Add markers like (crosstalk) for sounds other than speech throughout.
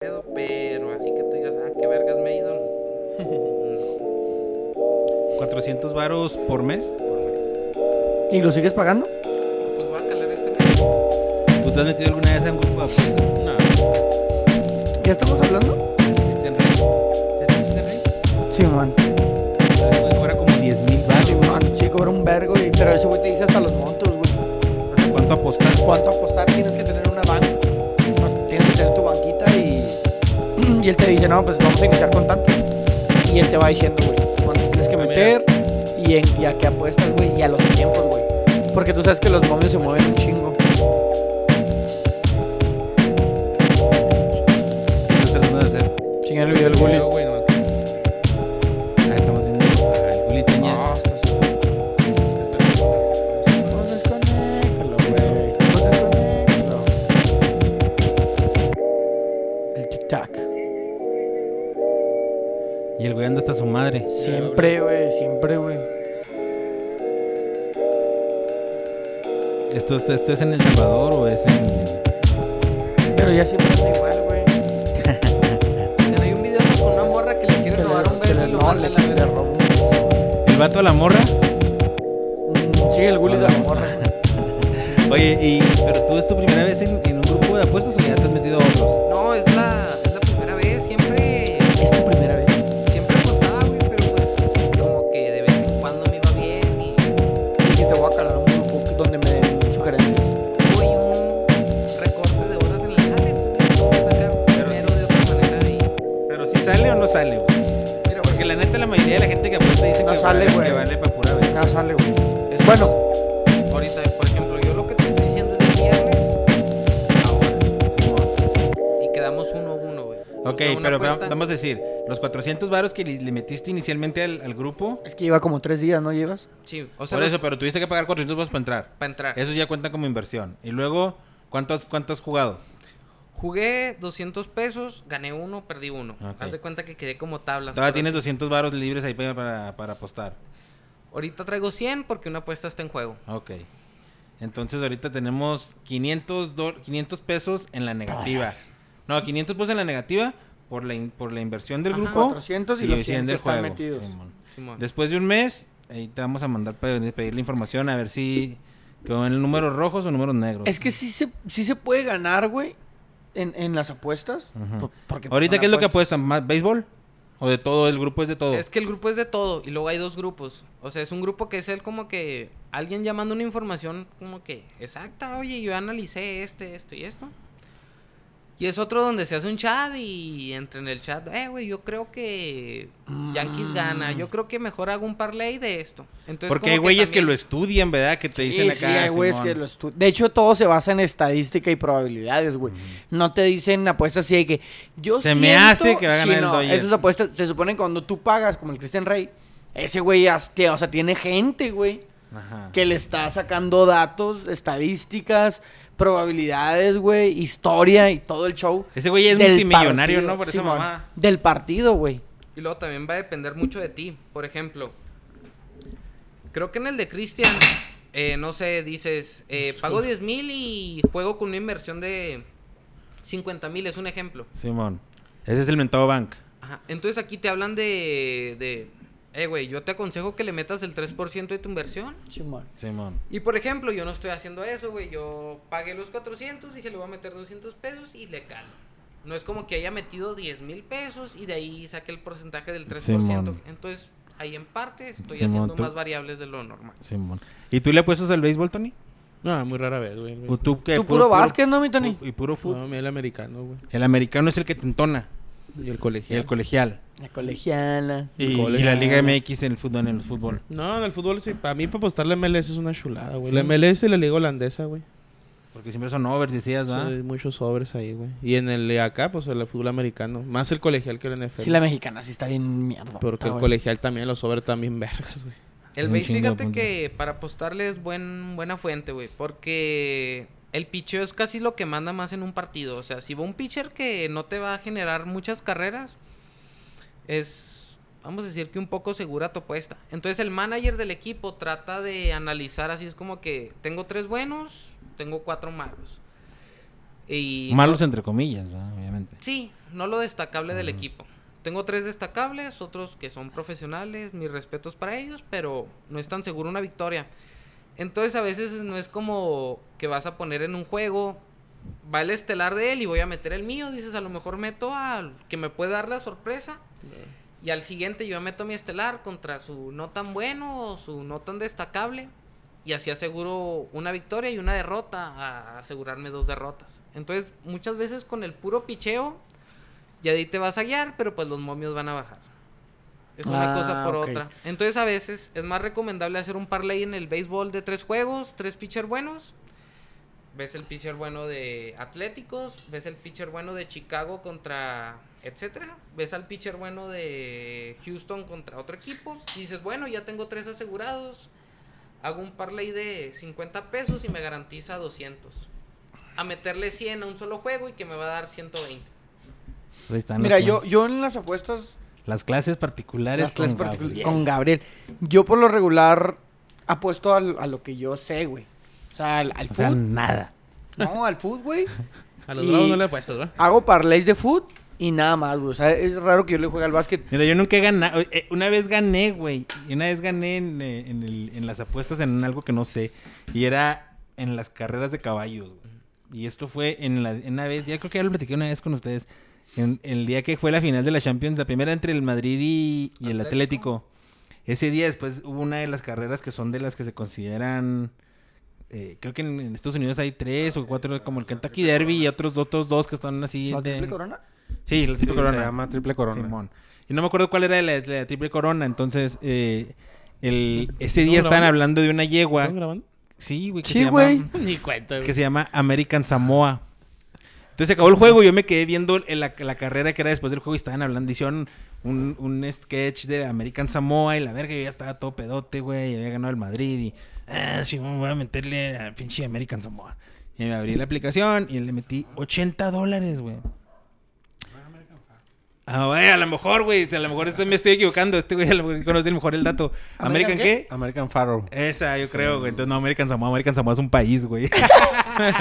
"Ah, (laughs) 400 varos por mes. por mes. ¿Y lo sigues pagando? Pues voy a calar este mes. ¿Tú Pues, te has metido alguna vez en un grupo de apuestas? No. ¿Ya estamos hablando? ¿Existen rey? ¿Existen rey? Sí, man. Pero eso me cobra como 10 mil Sí, baros. man. Ah, Sí, cobra un vergo, güey. Pero ese güey te dice hasta los montos, güey. ¿Cuánto apostar? cuánto apostar tienes que tener una banca. Tienes que tener tu banquita y, (clears throat) y él te dice, no, pues vamos a iniciar con tanto. Y él te va diciendo, güey, cuánto tienes que Ah, mira. meter y, en, y a qué apuestas, güey, y a los tiempos, güey. Porque tú sabes que los momios se mueven un chingo. ¿Qué estás tratando de hacer? Chingar el video del bullying. Yo, güey, nomás que Ah, estamos viendo al Juli Peña. está- No desconéctalo, güey. No desconéctalo. El tic-tac. Y el güey anda hasta su madre. Siempre, güey, siempre, güey. ¿Esto, esto, esto es en El Salvador o es en...? Pero ya siempre está igual, güey. Ten ahí un video ¿no? con una morra que le quiere robar un beso y lo No, manda a le la le verga. robó un beso. ¿El vato a la morra? Mm, Sí, el Gulli No, de la la morra. Oye, y, ¿pero tú es tu primera vez en, en un grupo de apuestas o ya te has metido a otros? No, es la, es la primera vez. Siempre, Es tu primera vez. siempre apostaba, güey, pero pues como que de vez en cuando me iba bien y Dijiste, voy a calar un grupo donde me den sugerencias. hubo ahí un recorte de horas en la jale, entonces le tengo que sacar dinero de otra manera y... Pero si sale o no sale, güey. Mira, Porque güey, la neta, la mayoría de la gente que apuesta dice No que, sale, vale, güey. que vale para pura verga. No sale, güey. es- Bueno. Ahorita, por ejemplo, yo lo que te estoy diciendo es del viernes ahora. Y quedamos uno a uno, güey. O Ok, sea, una pero va- apuesta- vamos a decir, los 400 varos que le, le metiste inicialmente al, al grupo, Es que lleva como tres días, ¿no llevas? Sí, o sea, por eso, pero tuviste que pagar 400 varos para entrar. para entrar. Eso ya cuenta como inversión. Y luego, ¿cuántos, cuánto has jugado? Jugué 200 pesos, gané uno, perdí uno. Ok. Haz de cuenta que quedé como tablas. Todavía pero tienes sí. 200 varos libres ahí para, para, para apostar. Ahorita traigo 100 porque una apuesta está en juego. Ok. Entonces ahorita tenemos 500, do- 500 pesos en la negativa. No, 500 pesos en la negativa por la, in- por la inversión del Ajá. grupo. 400 y los 100 100 que están metidos. Simón. Simón. Después de un mes, ahí te vamos a mandar para pedir la información a ver si quedó en números rojos o números negros. Es que sí se, sí se puede ganar, güey, en, en las apuestas. Ujú. por- porque ¿Ahorita son qué es lo que apuestas. apuestan? ¿Más béisbol? ¿O de todo? ¿El grupo es de todo? Es que el grupo es de todo y luego hay dos grupos. O sea, es un grupo que es el como que alguien llamando una información como que exacta, oye, yo analicé este, esto y esto. Y es otro donde se hace un chat y entra en el chat, eh, güey, yo creo que Yankees gana, yo creo que mejor hago un parlay de esto. Entonces, Mm. Porque como hay güeyes que, también- lo estudian, ¿verdad? Que te dicen Sí, acá. sí, hay güeyes Simón. que los tu- De hecho, todo se basa en estadística y probabilidades, güey. No te dicen apuestas así de que yo Se me siento- hace que va a Sí, ganar el no, Dodgers. Esas apuestas se suponen que cuando tú pagas, como el Christian Rey, ese güey, hasta- o sea, tiene gente, güey, Ajá. que le está sacando datos, estadísticas, probabilidades, güey, historia y todo el show. Ese güey es del multimillonario, partido, ¿no? Por esa Simón, mamá. Del partido, güey. Y luego también va a depender mucho de ti. Por ejemplo, creo que en el de Cristian, eh, no sé, dices, eh, pago 10 mil y juego con una inversión de 50 mil, es un ejemplo. Simón. Ese es el mentado bank. Ajá. Entonces aquí te hablan de, de eh, güey, yo te aconsejo que le metas el 3% de tu inversión. Simón. Simón. Y por ejemplo, yo no estoy haciendo eso, güey. Yo pagué los 400, dije, le voy a meter 200 pesos y le calo. No es como que haya metido 10 mil pesos y de ahí saque el porcentaje del 3%. Simón. Entonces, ahí en parte estoy Simón, haciendo tú- más variables de lo normal. Simón. ¿Y tú le apuestas al béisbol, Tony? No, muy rara vez, güey. ¿O ¿Tú, qué? Tú puro básquet, ¿no, mi Tony? pu- Y puro fútbol. No, el americano, güey. El americano es el que te entona. Y el Y colegio. el colegial. La colegiala. Y, Colegial. y la Liga MX en el fútbol, en el fútbol. No, en el fútbol sí. Para mí, para apostar la MLS es una chulada, güey. La MLS y la liga holandesa, güey. Porque siempre son overs, decías, O sea, ¿verdad? Hay muchos sobres ahí, güey. Y en el de acá, pues el fútbol americano. Más el colegial que el NFL. Sí, la mexicana sí está bien mierda. Porque está, el güey. colegial también, los sobres también vergas, güey. El Un base, chingo de fíjate puntos. que para apostarle es buen, buena fuente, güey. Porque el picheo es casi lo que manda más en un partido. O sea, si va un pitcher que no te va a generar muchas carreras, es, vamos a decir que un poco segura tu apuesta. Entonces el manager del equipo trata de analizar así es como que tengo tres buenos, tengo cuatro malos. Y Malos entre comillas, ¿verdad? Obviamente. Sí, no lo destacable del equipo. tengo tres destacables, otros que son profesionales, mis respetos para ellos, pero no es tan seguro una victoria. Entonces a veces no es como que vas a poner en un juego, va el estelar de él y voy a meter el mío, dices a lo mejor meto al que me puede dar la sorpresa. Y al siguiente yo meto mi estelar contra su no tan bueno o su no tan destacable. Y así aseguro una victoria y una derrota, a asegurarme dos derrotas. Entonces, muchas veces con el puro picheo, ya de ahí te vas a guiar, pero pues los momios van a bajar. Es una Ah, cosa por ok. otra. Entonces, a veces es más recomendable hacer un parlay en el béisbol de tres juegos, tres pitcher buenos. Ves el pitcher bueno de Atléticos, ves el pitcher bueno de Chicago contra etcétera, ves al pitcher bueno de Houston contra otro equipo, y dices, bueno, ya tengo tres asegurados, hago un parlay de 50 pesos y me garantiza 200. A meterle 100 a un solo juego y que me va a dar 120. Pues Ahí están Mira, las- yo, yo en las apuestas Las clases particulares. las clases con particul- Gabriel. con Gabriel. Yo por lo regular apuesto al- a lo que yo sé, güey. O sea, al, al O sea, fut. nada. No, al fut, (laughs) güey. A los Y- bravos no le apuestas, ¿verdad? Hago parlays de fut y nada más, güey. O sea, es raro que yo le juegue al básquet. Mira, yo nunca he ganado. eh, Una vez gané, güey. Y una vez gané en, eh, en el- en las apuestas en algo que no sé. Y era en las carreras de caballos, güey. Y esto fue en la, en una vez, ya creo que ya lo platiqué una vez con ustedes. En, el día que fue la final de la Champions, la primera entre el Madrid y, y el Atlético. Atlético. Ese día después hubo una de las carreras que son de las que se consideran. eh, creo que en, en Estados Unidos hay tres o cuatro, como el Kentucky Derby y otros dos, otros dos que están así. ¿No te de- explico, Corona? Sí, el Sí, tipo Corona. Se llama Triple Corona. Simón. Y no me acuerdo cuál era la, la triple corona. Entonces, eh, el, ese día ¿Estamos estaban grabando? hablando de una yegua. (laughs) ¿Están grabando? Sí, güey. Que, Sí, se güey. llama, Ni cuenta, que güey. se llama American Samoa. Entonces se acabó el juego y yo me quedé viendo el- la, la carrera que era después del juego y estaban hablando. Hicieron un, un sketch de American Samoa y la verga. Yo ya estaba todo pedote, güey. y Había ganado el Madrid y. Ah, sí, me voy a meterle al pinche American Samoa. Y me abrí la aplicación y le metí 80 dólares, güey. Ah, güey, a lo mejor, güey. A lo mejor este- me estoy equivocando. Este güey a lo mejor conoce mejor el dato. ¿American ¿American qué? American Pharaoh. Esa, yo creo, güey. Entonces, no, American Samoa. American Samoa es un país, güey. Pues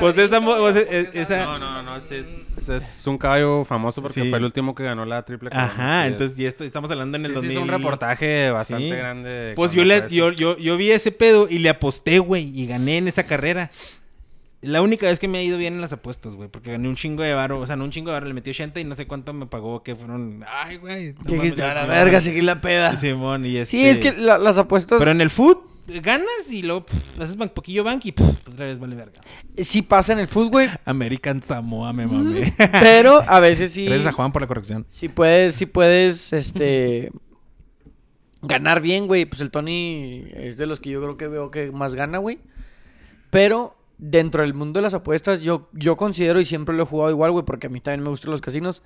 Pues esa mo- pues e- e- esa- No, no, no, es, es, es un caballo famoso porque Sí. fue el último que ganó la triple corona. Ajá, sí, entonces, y esto, estamos hablando en Sí, el sí, 2000. es un reportaje bastante Sí. grande. Pues cuando yo, le, fue yo, eso. yo, yo vi ese pedo y le aposté, güey, y gané en esa carrera. La única vez que me ha ido bien en las apuestas, güey, porque gané un chingo de varo, o sea, no un chingo de varo, le metí 80 y no sé cuánto me pagó, que fueron, ay, güey. no Dijiste, mames, a la sí, verga, seguí la peda. Sí, Simón, y este... es que la- las apuestas... Pero en el food eh, ganas y luego pff, haces un poquillo bank y pff, otra vez vale verga. Sí pasa en el fut, güey. American Samoa, me mamé. (laughs) pero a veces sí... (laughs) Gracias a Juan por la corrección. Si puedes, si puedes, este... ganar bien, güey. Pues el Tony es de los que yo creo que veo que más gana, güey. Pero dentro del mundo de las apuestas, yo, yo considero, y siempre lo he jugado igual, güey, porque a mí también me gustan los casinos,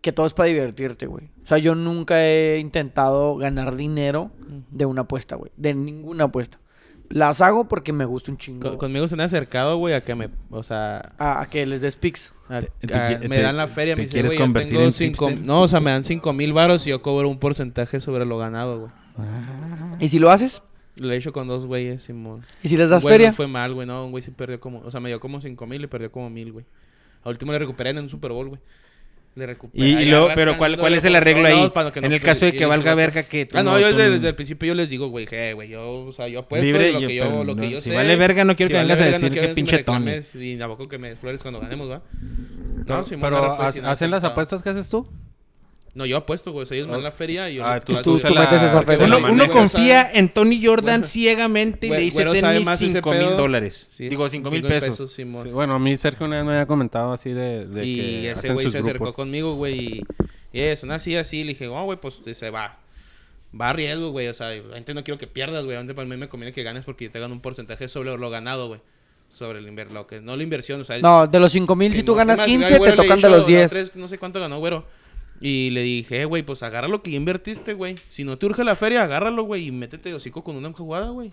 que todo es para divertirte, güey. O sea, yo nunca he intentado ganar dinero de una apuesta, güey. De ninguna apuesta. Las hago porque me gusta un chingo. Con- conmigo se me ha acercado, güey, a que me. O sea. A, a que les des pics. a- Te- a- te- me te- dan la feria, te me dicen, quieres güey, yo convertir tengo en cinco- tipster. No, o sea, me dan cinco mil varos y yo cobro un porcentaje sobre lo ganado, güey. ¿Y si lo haces? Lo he hecho con dos güeyes, Simón. ¿Y si les Un das güey feria? no fue mal, güey, no, un güey sí perdió como, o sea, me dio como cinco mil y perdió como mil, güey. Al último le recuperé en un Super Bowl, güey. Le recuperé. Y, ahí y luego, arrascándole pero ¿cuál, cuál es por el todos arreglo lados ahí? para que no en el se- caso de que y- valga verga que tú Ah, no, yo tú- desde, desde el principio yo les digo, güey, je, güey, yo, o sea, yo apuesto Libre, lo yo- que yo, pero lo que no, yo si sé. vale verga, no quiero que vengas a verga, decir quiero qué vengas y me pinche Tony. reclames Y tampoco que me desflores cuando ganemos, ¿va? No, Simón, pero ahora, pues, ha- sí, no, ¿hacen las sentado. apuestas que haces tú? No, yo apuesto, güey, o sea, ellos me dan la feria y yo... Ah, tú- tú se metes esa se Uno, feria. la uno manejas. con- confía en Tony Jordan Güero. ciegamente y le Güe- dice güero sabe tenis más ese 5 mil pedo". dólares. Sí, Digo, 5 mil pesos. Simón. Sí, bueno, a mí Sergio una vez me había comentado así de, de y que ese hacen güey sus se acercó grupos. conmigo, güey, y, y eso, nada así, así, le dije, no, güey, pues se va. Va a riesgo, güey, o sea, antes no quiero que pierdas, güey, antes para mí me conviene que ganes porque te gano un porcentaje sobre lo ganado, güey. Sobre el inver- lo que, no la inversión, o sea, No, de los 5 mil, si tú Simón, ganas más, güey, 15, te güero le tocan de hizo los la 10. tres, no sé cuánto ganó, güero. Y le dije, "Eh, güey, pues agarra lo que ya invertiste, güey. Si no te urge la feria, agárralo, güey, y métete de hocico con una jugada, güey.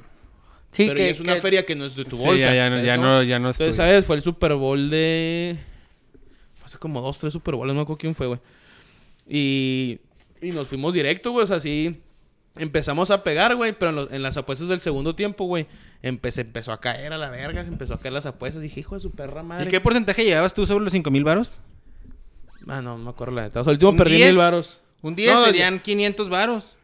Sí, Pero que, ya es una que- feria que no es de tu Sí, bolsa. ya- ya no- ¿sabes, ya no- ya no es Entonces, tuya. ¿sabes? Fue el Super Bowl de... fue Hace como dos, tres Super Bowls, no me acuerdo quién fue, güey. Y... Y nos fuimos directo, güey, o sea, así... Empezamos a pegar, güey, pero en, lo- en las apuestas del segundo tiempo, güey, empe- se empezó a caer a la verga, se empezó a caer las apuestas. Dije, hijo de su perra madre. ¿Y qué porcentaje llevabas tú sobre los 5 mil varos? Ah, no, no me acuerdo la neta. O sea, el último ¿Un perdí 10? mil varos. Un 10 No, no, serían 500 varos.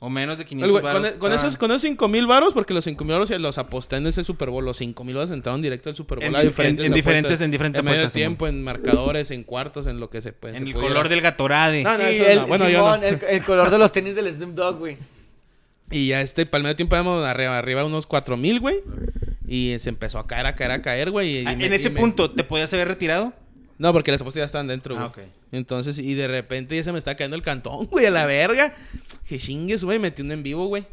O menos de El 500 güey- varos. Con, e, con Ah. esos, con esos 5 mil varos, porque los 5 mil varos se los aposté en ese Super Bowl. Los 5 mil varos entraron directo al Super Bowl. En a dif- en- diferentes en diferentes- apuestas. en diferentes En medio apuestas, tiempo, en marcadores, en cuartos, en lo que se puede. En se el pudiera. color del gatorade. Ah, No, no, Sí, ah, eso el, no. Bueno, yo Simón, no. el, el color de los tenis del Snoop Dogg, güey. Y ya este, para el medio tiempo íbamos arriba, arriba unos 4 mil, güey. Y se empezó a caer, a caer, a caer, güey. y- y Ah, me- en y ese me- punto, ¿te podías haber retirado? No, porque las apuestas ya estaban dentro, güey. Ah, ok. Entonces, y de repente ya se me está cayendo el cantón, güey, a la verga. Que chingues, güey, metí un en vivo, güey.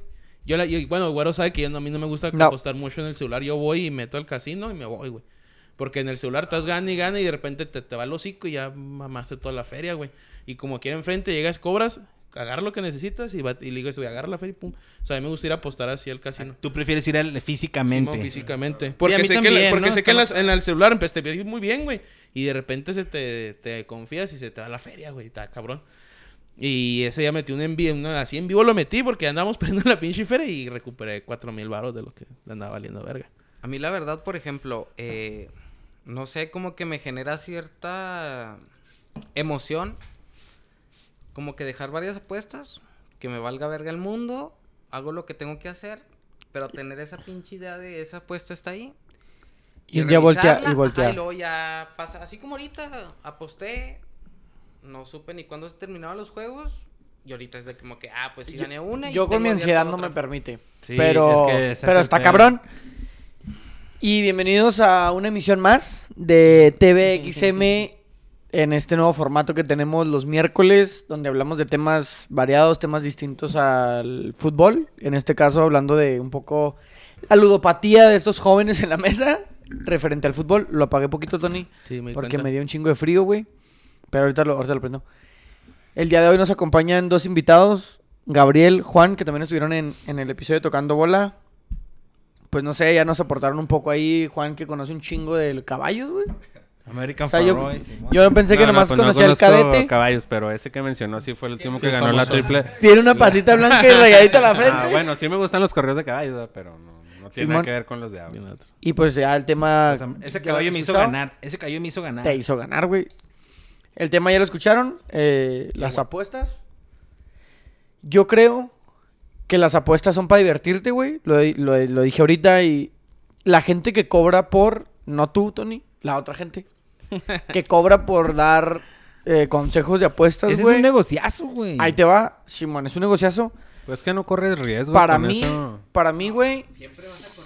Yo, la, yo- bueno, güero sabe que yo no- a mí no me gusta No. apostar mucho en el celular. Yo voy y meto al casino y me voy, güey. Porque en el celular estás gana y gana y de repente te, te va el hocico y ya mamaste toda la feria, güey. Y como quiera enfrente, llegas, cobras, agarra lo que necesitas y, va- y le digo, "Güey, agarra la feria y pum. O sea, a mí me gusta ir a apostar así al casino. Tú prefieres ir al, eh, físicamente. Simón, físicamente. Porque a mí sé que, también, la- porque ¿no? sé que en, Estamos- las- en el celular empe- te ves muy bien, güey. Y de repente se te, te confías y se te va la feria, güey. Está cabrón. Y ese ya metí un en vivo, una- así en vivo lo metí porque andábamos (laughs) perdiendo la pinche feria y recuperé cuatro mil baros de lo que le andaba valiendo verga. A mí la verdad, por ejemplo, eh, no sé, como que me genera cierta emoción. Como que dejar varias apuestas, que me valga verga el mundo, hago lo que tengo que hacer, pero tener esa pinche idea de esa apuesta está ahí. Y un día voltea- revisarla, y ajá, voltea. luego ya pasa, así como ahorita aposté, no supe ni cuándo se terminaban los juegos, y ahorita es de como que, ah, pues sí gané una. y Yo con tengo mi abierta ansiedad no otra. me permite. Sí, pero es que ese es pero el está pedo. cabrón. Y bienvenidos a una emisión más de TVXM en este nuevo formato que tenemos los miércoles, donde hablamos de temas variados, temas distintos al fútbol. En este caso, hablando de un poco la ludopatía de estos jóvenes en la mesa referente al fútbol. Lo apagué poquito, Tony. Sí, me di Porque cuenta. me dio un chingo de frío, güey. Pero ahorita lo, ahorita lo prendo. El día de hoy nos acompañan dos invitados. Gabriel, Juan, que también estuvieron en, en el episodio de Tocando Bola. Pues no sé, ya nos aportaron un poco ahí. Juan, que conoce un chingo de caballos, güey. American O sea, yo, Ferroy, Simón. yo pensé que No, no, nomás pues no conocía al conozco cadete. caballos, pero ese que mencionó sí fue el último que Sí, ganó la famoso. triple. Tiene una patita blanca y (laughs) rayadita a la frente. Ah, bueno, sí me gustan los correos de caballos, ¿verdad? pero no, no tiene nada Simón. que ver con los de Bien, agua. otro. Y pues ya el tema... O sea, ese ya caballo lo me hizo escucharon. ganar. Ese caballo me hizo ganar. Te hizo ganar, güey. El tema ya lo escucharon. eh, las apuestas. Yo creo que las apuestas son para divertirte, güey. Lo, di- lo di- lo dije ahorita y la gente que cobra por, no tú, Tony, la otra (laughs) gente, que cobra por dar eh, consejos de apuestas, Ese es güey. un negociazo, güey. Ahí te va, Simón, es un negociazo. Pues que no corres riesgos Para con mí, eso. para mí, güey,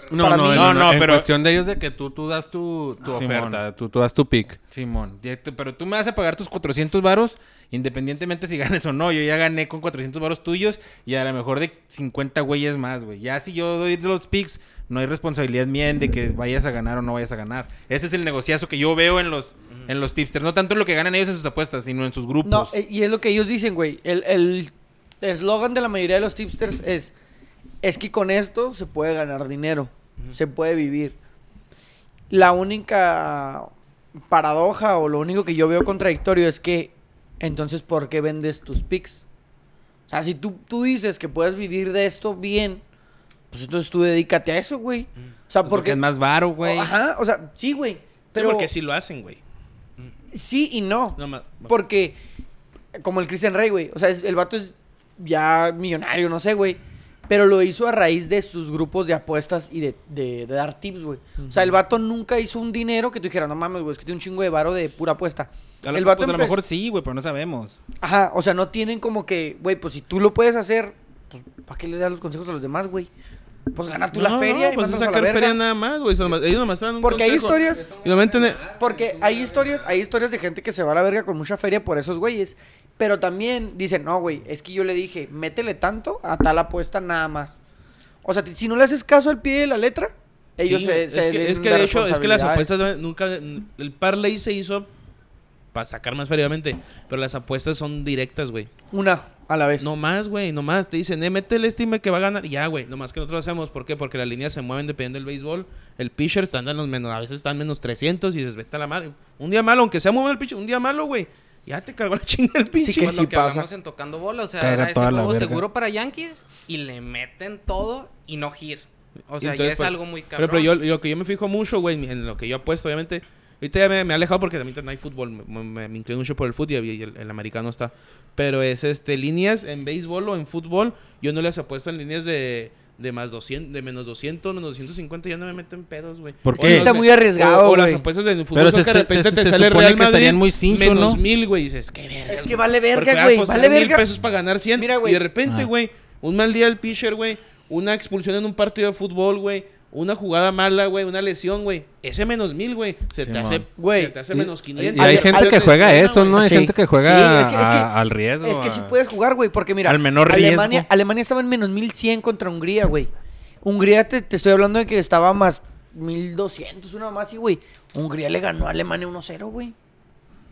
No, para no, mí- No, no, no, no, en pero- cuestión de ellos de que tú, tú das tu, tu Ah, oferta, Simón. tú, tú das tu pick. Simón, directo, pero tú me vas a pagar tus 400 varos independientemente si ganes o no. Yo ya gané con 400 varos tuyos y a lo mejor de 50 güeyes más, güey. Ya si yo doy los picks, no hay responsabilidad mía en de que vayas a ganar o no vayas a ganar. Ese es el negociazo que yo veo en los en los tipsters, no tanto en lo que ganan ellos en sus apuestas, sino en sus grupos. No, eh, y es lo que ellos dicen, güey. El- El eslogan de la mayoría de los tipsters es, es que con esto se puede ganar dinero, se puede vivir. La única paradoja o lo único que yo veo contradictorio es que, entonces, ¿por qué vendes tus picks? O sea, si tú, tú dices que puedes vivir de esto bien, pues entonces tú dedícate a eso, güey. O sea, Pues porque... es más varo, güey. Ajá, o sea, sí, güey. Pero... Pero porque sí lo hacen, güey. sí y no. No, ma- Porque, como el Christian Rey, güey. O sea, es- el vato es ya millonario, no sé, güey. Pero lo hizo a raíz de sus grupos de apuestas y de, de- de dar tips, güey. O sea, el vato nunca hizo un dinero que tú dijeras, no mames, güey, es que tiene un chingo de varo de pura apuesta. A lo, el vato pues, a lo empe- mejor sí, güey, pero no sabemos. Ajá, o sea, no tienen como que, güey, pues si tú lo puedes hacer, pues, ¿para qué le das los consejos a los demás, güey? Pues ganar tú No, la feria no, y pues es mándalos a la sacar verga. feria nada más, güey. Eso nomás- Ellos nomás están Porque hay historias- Y normalmente en el- Porque hay historias, hay historias de gente que se va a la verga con mucha feria por esos güeyes. Pero también dicen, no, güey, es que yo le dije, métele tanto a tal apuesta nada más. O sea, ti- si no le haces caso al pie de la letra, ellos Sí, se, es, se que, den es que la de hecho, es que las responsabilidad. apuestas deben- nunca. El parlay se hizo para sacar más feriamente, pero las apuestas son directas, güey. Una a la vez. No más, güey, no más. Te dicen, eh, mete el estima que va a ganar. Y Ya, güey, nomás que nosotros lo hacemos. ¿Por qué? Porque las líneas se mueven dependiendo del béisbol. El pitcher está andando menos, a veces están menos 300 y dices, vete a la madre. Un día malo, aunque sea muy bueno el pitcher, un día malo, güey. Ya te cargó la (laughs) chinga el pinche. que Pues sí lo que pasa. hablamos en tocando bola, o sea, Era era ese toda la juego verga. seguro para Yankees y le meten todo y no gir. O sea, Entonces, ya es pues, algo muy Pero, cabrón. pero yo, lo que yo me fijo mucho, güey, en lo que yo apuesto, obviamente, Ahorita ya me, me he alejado porque también no hay fútbol. Me, me, me inclino mucho por el fútbol y el, el americano está. Pero es este líneas en béisbol o en fútbol. Yo no les apuesto en líneas de, de más 200, de menos 200, menos 250. Ya no me meto en pedos, güey. ¿Por O qué? los Está me- muy arriesgado, O, o las güey. apuestas de fútbol Pero son se- que de se- se- repente te se sale el supone Real que estarían Madrid. muy cincho, menos ¿no? mil, güey. Y dices, qué verga. Es que güey. vale verga, Porque voy a güey, apostar vale mil verga. pesos para ganar 100. Mira, güey. Y de repente, Ah. güey, un mal día del pitcher, güey, una expulsión en un partido de fútbol, güey, una jugada mala, güey, una lesión, güey. Ese menos mil, güey, se te Simón. hace, Güey. se te hace Y- menos Y 500. hay Al- gente al- que juega Argentina, eso, ¿no? Hay Sí. gente que Sí, juega es que- es que- a- al riesgo. Es que a- sí puedes jugar, güey, porque mira. Al menor Alemania, riesgo. Alemania estaba en menos 1100 contra Hungría, güey. Hungría, te, te estoy hablando de que estaba más 1200, una más, y güey. Hungría le ganó a Alemania 1-0, güey.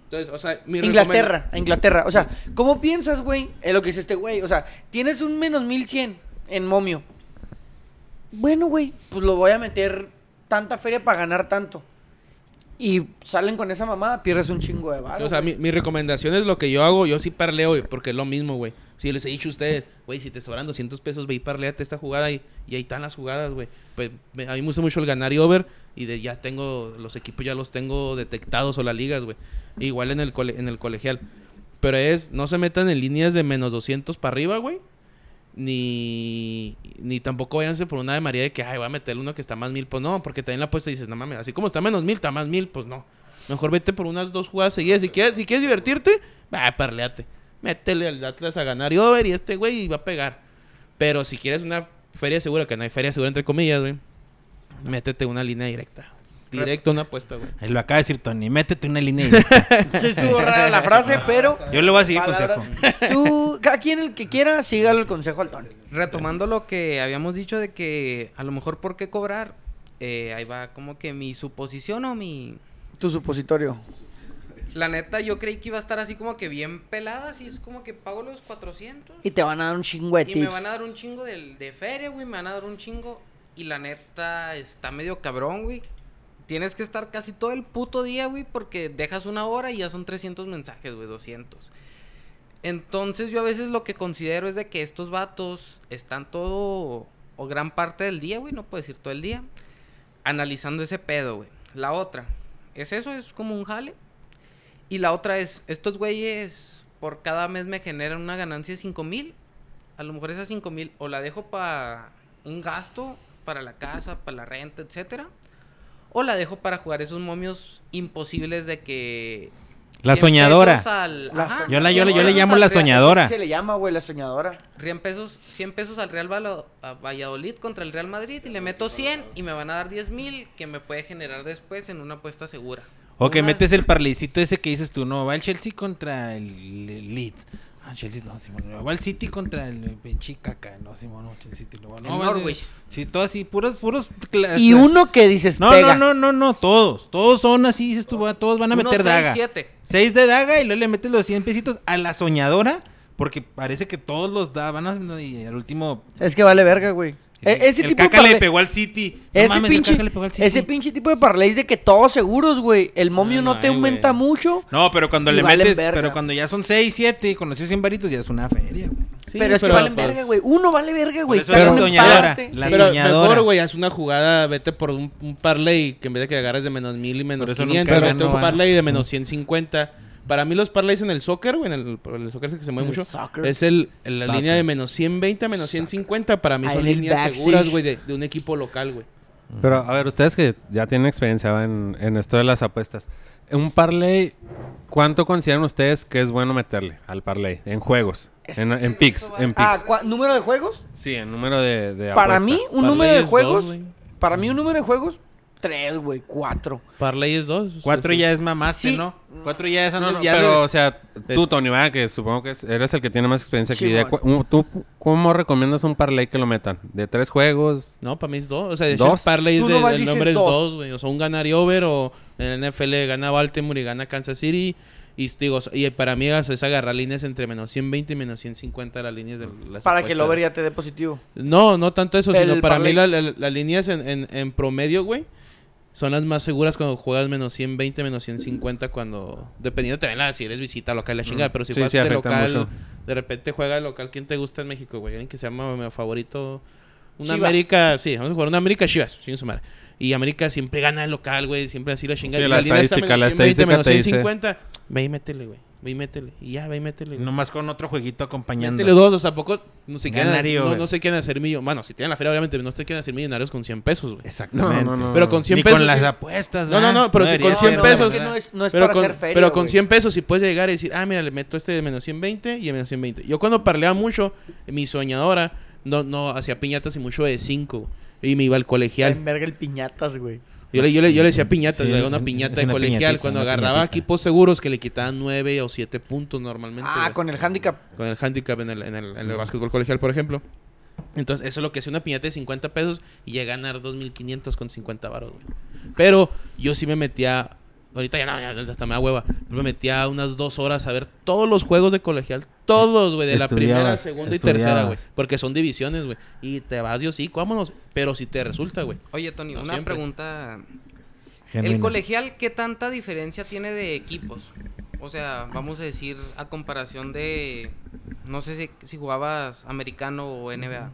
Entonces, o sea, mi Inglaterra, a Inglaterra. O sea, ¿cómo piensas, güey? Es lo que dice este güey. O sea, tienes un menos 1100 en momio. Bueno, güey, pues lo voy a meter tanta feria para ganar tanto. Y salen con esa mamada, pierdes un chingo de barro. O sea, mi, mi recomendación es lo que yo hago. Yo sí parleo, güey, porque es lo mismo, güey. Si les he dicho a ustedes, güey, si te sobran 200 pesos, ve y parleate esta jugada y, y ahí están las jugadas, güey. Pues me- a mí me gusta mucho el ganar y over y de, ya tengo, los equipos ya los tengo detectados o las ligas, güey. Igual en el, cole- en el colegial. Pero es, no se metan en líneas de menos 200 para arriba, güey. Ni, ni tampoco váyanse por una de María de que, ay, voy a meter uno que está más mil. Pues no, porque también la apuesta dices, no mames, así como está menos mil, está más mil, pues no. Mejor vete por unas dos jugadas seguidas. Si quieres, si quieres divertirte, va, parleate. Métele al Atlas a ganar y over y este güey va a pegar. Pero si quieres una feria segura, que no hay feria segura entre comillas, güey, métete una línea directa. Directo una apuesta, güey. Ahí Lo acaba de decir Tony, métete una línea directa. Se estuvo rara la frase, pero. Yo le voy a seguir (laughs) Palabra- consejo. Tú, cada quien el que quiera, sígale el consejo al Tony. Retomando lo que habíamos dicho de que a lo mejor por qué cobrar, eh, ahí va como que mi suposición o mi... Tu supositorio. La neta, yo creí que iba a estar así como que bien pelada, así es como que pago los 400 Y te van a dar un chingo de y me tips. van a dar un chingo de, de feria, güey, me van a dar un chingo. Y la neta, está medio cabrón, güey. Tienes que estar casi todo el puto día, güey, porque dejas una hora y ya son 300 mensajes, güey, 200. Entonces yo a veces lo que considero es de que estos vatos están todo o gran parte del día, güey, no puedo decir todo el día, analizando ese pedo, güey. La otra, es eso, es como un jale. Y la otra es, estos güeyes por cada mes me generan una ganancia de 5 mil. A lo mejor esas 5 mil o la dejo para un gasto, para la casa, para la renta, etcétera. O la dejo para jugar esos momios imposibles de que... La 100 soñadora. pesos al- La Ajá, soñadora. Yo, la, yo, le- 100 yo le pesos llamo al la Real- soñadora. Se le llama, güey, la soñadora. 100 pesos, 100 pesos al Real Valo- a Valladolid contra el Real Madrid y le meto 100 y me van a dar 10 mil que me puede generar después en una apuesta segura. O que Una- metes el parlicito ese que dices tú, no, va el Chelsea contra el, el Leeds. Ah, Chelsea, no, Simón. Va el City contra el pinche caca, no, Simón, no, Chelsea, City, no, no, El va Norwich. Sí, todo así, puros, puros. cla- Y cla- uno que dices, No, pega. no, no, no, no, todos. Todos son así, dices tú, va, todos van a Uno, meter seis, daga. siete. Seis de daga y luego le metes los 100 pesitos a la soñadora, porque parece que todos los da, van a. Y al último. Es que vale verga, güey. E- ese el tipo de caca le parle- pegó al City. No Ese, mames, el pinche, Caca le pegó al City. ese pinche tipo de parlays de que todos seguros, güey. El momio Ah, no, no te hay, aumenta güey. mucho. No, pero cuando Y le valen metes, verga. pero cuando ya son 6, 7 y conoces 100 varitos, ya es una feria, güey. Sí, pues, pero es que valen verga, güey. Uno vale verga, güey. eso Cada la uno soñadora, empate. la- pero soñadora. mejor, güey, haz una jugada, vete por un, un parlay que en vez de que agarres de menos mil y menos Por eso 500, nunca pero gano, ¿eh? un van. parlay de menos 150. Para mí los parlays en el soccer, güey, en el, en el soccer es el que se mueve El mucho, soccer. es el, en la Soccer. línea de menos 120 a menos 150. Para mí I son need líneas backstage. seguras, güey, de, de un equipo local, güey. Pero a ver, ustedes que ya tienen experiencia ¿va? en, en esto de las apuestas, un parlay, ¿cuánto consideran ustedes que es bueno meterle al parlay en juegos? En, en picks, en Ah, picks. ¿cuá- ¿número de juegos? Sí, en número de, de Para apuesta. mí, un Parlay número de es dos, juegos. güey. para mí, un número de juegos, tres, güey, cuatro. Parlay es dos. Cuatro es- ya es mamaste, Sí. ¿no? Cuatro ya es No, antes, no, ya pero, de- o sea, tú, Tony, va, que supongo que es- eres el que tiene más experiencia aquí. de Simón. cu- ¿Tú cómo recomiendas un parlay que lo metan? ¿De tres juegos? No, para mí es dos. O sea, de ¿Dos? hecho, el parlay Tú es de- nomás el dices nombre es dos. dos, güey. O sea, un ganar y over o en la NFL gana Baltimore y gana Kansas City. Y digo, y para mí es es agarrar líneas entre menos 120 y menos 150 las líneas de las Para que el apuestas. over ya te dé positivo. No, no tanto eso, El sino para mí parlay. la- la- las líneas en, en- en promedio, güey, son las más seguras cuando juegas menos 120, menos 150 cuando... Dependiendo también la, si eres visita local, la chingada, pero si Mm. Sí, juegas sí, de afecta local, mucho. de repente juega de local, ¿quién te gusta en México, güey? Alguien que se llama mi favorito Una Chivas. América, sí, vamos a jugar una América Chivas, chingue su madre. Y América siempre gana el local, güey, siempre así la chingada. Sí, Y la línea está estadística, la 120 menos estadística te dice. 150. Ve y métele, güey. Ve y métele. Y ya, ve y métele. güey. Nomás con otro jueguito acompañando. Métele dos, o sea, tampoco no se quieren, Ganario, no, güey. no se quieren hacer millonarios. Bueno, si tienen la feria, obviamente, no se quieren hacer millonarios con 100 pesos, güey. Exactamente. No, no, no. Pero con 100 Ni pesos. con las sí. apuestas, No, no, ¿verdad? no, pero si debería con ser, 100 pesos- ¿verdad? No es, no es pero para con, hacer feria, pero con güey. 100 pesos sí puedes llegar y decir, ah, mira, le meto este de menos 120 y a menos 120. Yo cuando parleaba mucho, mi soñadora no, no hacía piñatas y mucho de 5. Y me iba al En colegial. verga el piñatas, güey. Yo le, yo le, yo le decía piñata, Sí, le daba es- una piñata es de una colegial. piñatita, cuando una agarraba piñatita. equipos seguros que le quitaban 9 o 7 puntos normalmente. Ah, güey. con el handicap. con el handicap en el, en el, en el básquetbol colegial, por ejemplo. Entonces, eso es lo que hace una piñata de 50 pesos y llega a ganar 2.500 con 50 varos, güey. Pero yo sí me metía, ahorita ya no, ya hasta me da hueva, pero me metía unas dos horas a ver todos los juegos de colegial, todos, güey, de la primera, Estudiabas, segunda y estudiabas. tercera, güey. Porque son divisiones, güey. Y te vas, yo sí, vámonos. Pero si te resulta, güey. Oye, Tony, No una siempre. pregunta. Genuino. ¿El colegial qué tanta diferencia tiene de equipos? O sea, vamos a decir, a comparación de. No sé si, si jugabas americano o NBA.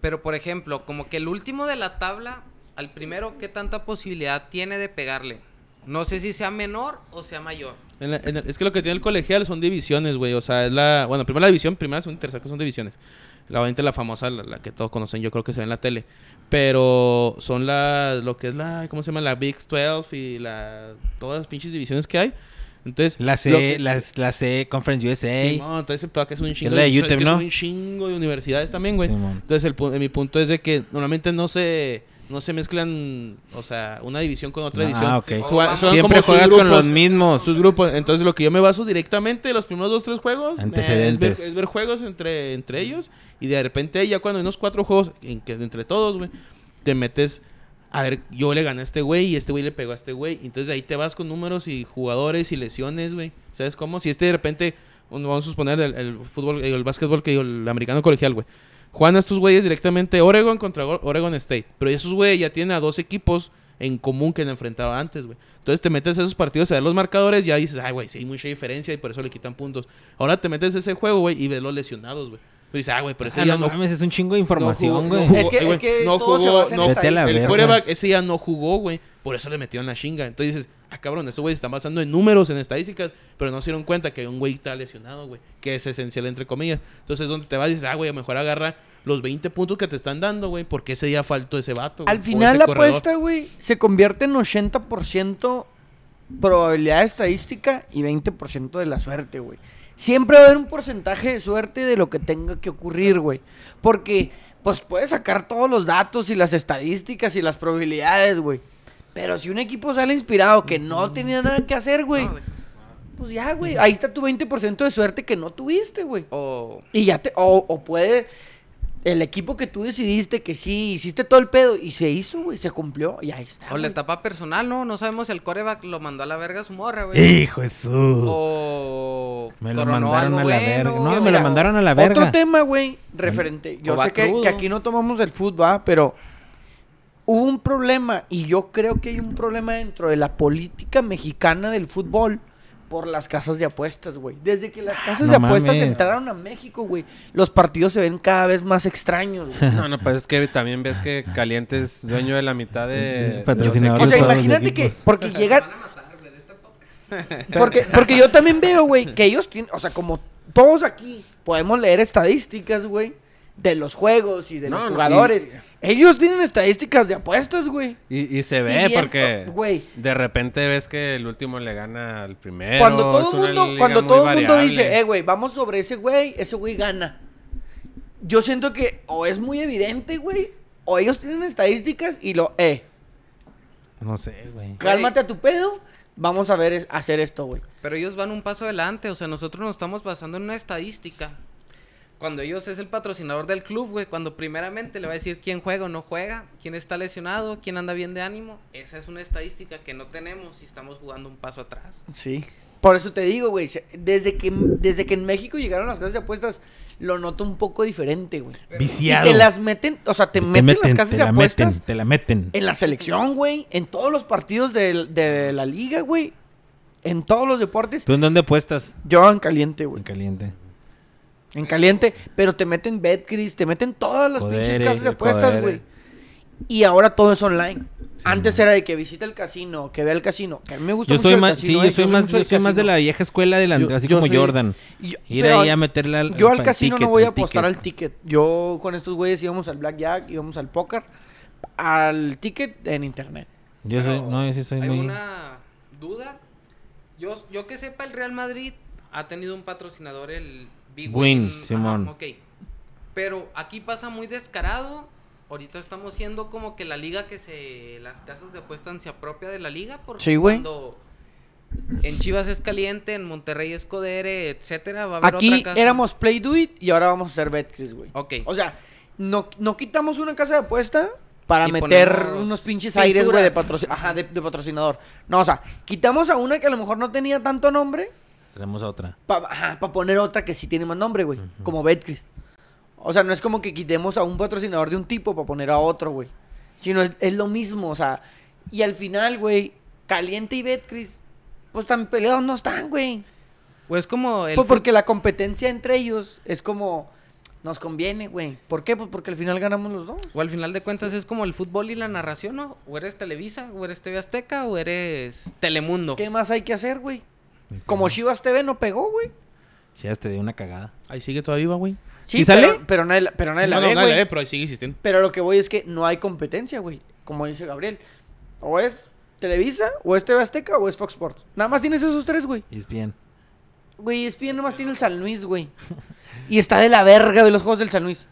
Pero, por ejemplo, como que el último de la tabla, al primero, ¿qué tanta posibilidad tiene de pegarle? No sé si sea menor o sea mayor. En la- en el- es que lo que tiene el colegial son divisiones, güey. O sea, es la. Bueno, primero la división, primera, segunda y tercera, que son divisiones. La obviamente la famosa, la, la que todos conocen, yo creo que se ve en la tele. Pero son las. Lo que es la. ¿Cómo se llama? La Big 12 y la. Todas las pinches divisiones que hay. Entonces. La lo C, que- la, la C, Conference USA. Simón, entonces el pedo que es un chingo la de de, es UTEP, que es ¿no? un chingo de universidades también, güey. Simón. Entonces el, pu- mi punto es de que normalmente no se no se mezclan, o sea, una división con otra Ah, división. ok. Juega- Siempre son Siempre como juegas con subgrupos. los mismos. Sus grupos. Entonces, lo que yo me baso directamente de los primeros dos, tres juegos. eh, Antecedentes. es, ver, es ver juegos entre, entre ellos. Y de repente, ya cuando hay unos cuatro juegos en que, entre todos, güey, te metes. A ver, yo le gané a este güey y este güey le pegó a este güey. Entonces, de ahí te vas con números y jugadores y lesiones, güey. ¿Sabes cómo? Si este de repente, un- vamos a suponer el, el fútbol, el básquetbol que digo, el americano colegial, güey. Juegan a estos güeyes directamente Oregon contra Go- Oregon State. Pero esos güeyes ya tienen a dos equipos en común que han enfrentado antes, güey. Entonces te metes a esos partidos a ver los marcadores y ahí dices, ay, güey, sí hay mucha diferencia y por eso le quitan puntos. Ahora te metes a ese juego, güey, y ves los lesionados, güey. Y dices, ah, güey, pero ese Ah, ya no no... mames, es un chingo de no información, jugó- güey. no jugó, Es que- eh, güey, es que no todo se jugó, basa en no Vete a la el verga. quarterback ese ya no jugó, güey. Por eso le metieron la chinga. Entonces dices, ah, cabrón, estos güeyes están basando en números, en estadísticas, pero no se dieron cuenta que hay un güey está lesionado, güey, que es esencial, entre comillas. Entonces es donde te vas y dices, ah, güey, a lo mejor agarra los 20 puntos que te están dando, güey, porque ese día faltó ese vato. güey, Al o final ese la corredor. apuesta, güey, se convierte en 80% probabilidad estadística y 20% de la suerte, güey. Siempre va a haber un porcentaje de suerte de lo que tenga que ocurrir, güey. Porque, pues, puedes sacar todos los datos y las estadísticas y las probabilidades, güey. Pero si un equipo sale inspirado que no tenía nada que hacer, güey, No, güey. pues ya, güey. Ahí está tu 20% de suerte que no tuviste, güey. O. Y ya te. O, o puede. El equipo que tú decidiste que sí, hiciste todo el pedo y se hizo, güey, se cumplió y ahí está. O la güey. etapa personal, ¿no? No sabemos si el coreback lo mandó a la verga a su morra, güey. Hijo de Oh, su. O. Me lo coronó mandaron a algo la bueno, verga. o- No, me Mira, lo mandaron a la Otro verga. tema, güey, referente. Yo O va sé que, crudo. que aquí no tomamos el fútbol, ¿ah? pero hubo un problema y yo creo que hay un problema dentro de la política mexicana del fútbol por las casas de apuestas, güey. Desde que las casas No de apuestas mames. entraron a México, güey, los partidos se ven cada vez más extraños, (laughs) güey. No, no, pues es que también ves que Caliente es dueño de la mitad de... Patrocinador O sea, de todos los imagínate que, equipos. porque llegan, van a matar, güey, de este podcast. Porque, porque yo también veo, güey, que ellos tienen, o sea, como todos aquí podemos leer estadísticas, güey, de los juegos y de No, los no, jugadores. Ellos tienen estadísticas de apuestas, güey. Y, y se Y ve bien, oh, porque güey. de repente ves que el último le gana al primero. Cuando es todo el una mundo, liga cuando muy todo el mundo variable. dice, eh, güey, vamos sobre ese güey, ese güey gana. Yo siento que o es muy evidente, güey, o ellos tienen estadísticas y lo, eh, No sé, güey. cálmate a tu pedo, vamos a ver, es- hacer esto, güey. Pero ellos van un paso adelante, o sea, nosotros nos estamos basando en una estadística. Cuando ellos es el patrocinador del club, güey, cuando primeramente le va a decir quién juega o no juega, quién está lesionado, quién anda bien de ánimo, esa es una estadística que no tenemos si estamos jugando un paso atrás. Sí. Por eso te digo, güey, se- desde que, desde que en México llegaron las casas de apuestas, lo noto un poco diferente, güey. Y Viciado. te las meten, o sea, te, Te meten, las casas te de la apuestas meten, te la meten. en la selección, güey, en todos los partidos del- de, la liga, güey, en todos los deportes. ¿Tú en dónde apuestas? Yo en caliente, En güey. caliente. En caliente, pero te meten Betcris, te meten todas las Codere, pinches casas de el apuestas, Codere. güey. Y ahora todo es online. Antes era de que visita el casino, que vea el casino. Que a mí me gusta Yo mucho soy el más, sí, casino, yo eh, soy más, mucho yo del soy más de casino. la vieja escuela de la- Yo- así yo como soy- Jordan. Y yo- Ir pero ahí a meterle al Yo al pa'l casino ticket, no voy a al apostar ticket. al ticket. Yo con estos güeyes íbamos al blackjack, íbamos al póker, al ticket en internet. Yo soy, Pero, no, yo sí soy muy. ¿Alguna duda? Yo, yo que sepa, el Real Madrid ha tenido un patrocinador, el Big Win, Ajá, Simón. ok. Pero aquí pasa muy descarado. Ahorita estamos siendo como que la liga que se. Las casas de apuestas se apropia de la liga. Porque Sí, güey. cuando en Chivas es caliente, en Monterrey es Codere, etcétera. Va a haber Aquí otra casa. éramos Play Do It y ahora vamos a hacer Betcris, güey. Ok. O sea, no, no quitamos una casa de apuesta para Y meter ponemos unos pinches aires, güey, de, pinturas. patrocin- ajá, de- de patrocinador. No, o sea, quitamos a una que a lo mejor no tenía tanto nombre Tenemos otra. para poner otra que sí tiene más nombre, güey. Como Betcris. O sea, no es como que quitemos a un patrocinador de un tipo para poner a otro, güey. Sino es, es lo mismo, o sea. Y al final, güey, Caliente y Betcris, pues tan peleados no están, güey. Pues como el. Pues porque la competencia entre ellos es como. Nos conviene, güey. ¿Por qué? Pues porque al final ganamos los dos. O Pues, al final de cuentas es como el fútbol y la narración, ¿no? O eres Televisa, o eres TV Azteca, o eres Telemundo. ¿Qué más hay que hacer, güey? Como Chivas TV no pegó, güey. Ya te di una cagada. Ahí sigue todavía, güey. ¿Y sale? Pero, pero nadie la, pero nadie la No, no, ve, nadie güey. la ve, eh, pero ahí sigue existiendo. Pero lo que voy es que no hay competencia, güey. Como dice Gabriel. O es Televisa, o es TV Azteca, o es Fox Sports. Nada más tienes esos tres, güey. Y es bien. Güey, ESPN nada más tiene el San Luis, güey. (laughs) Y está de la verga de los juegos del San Luis.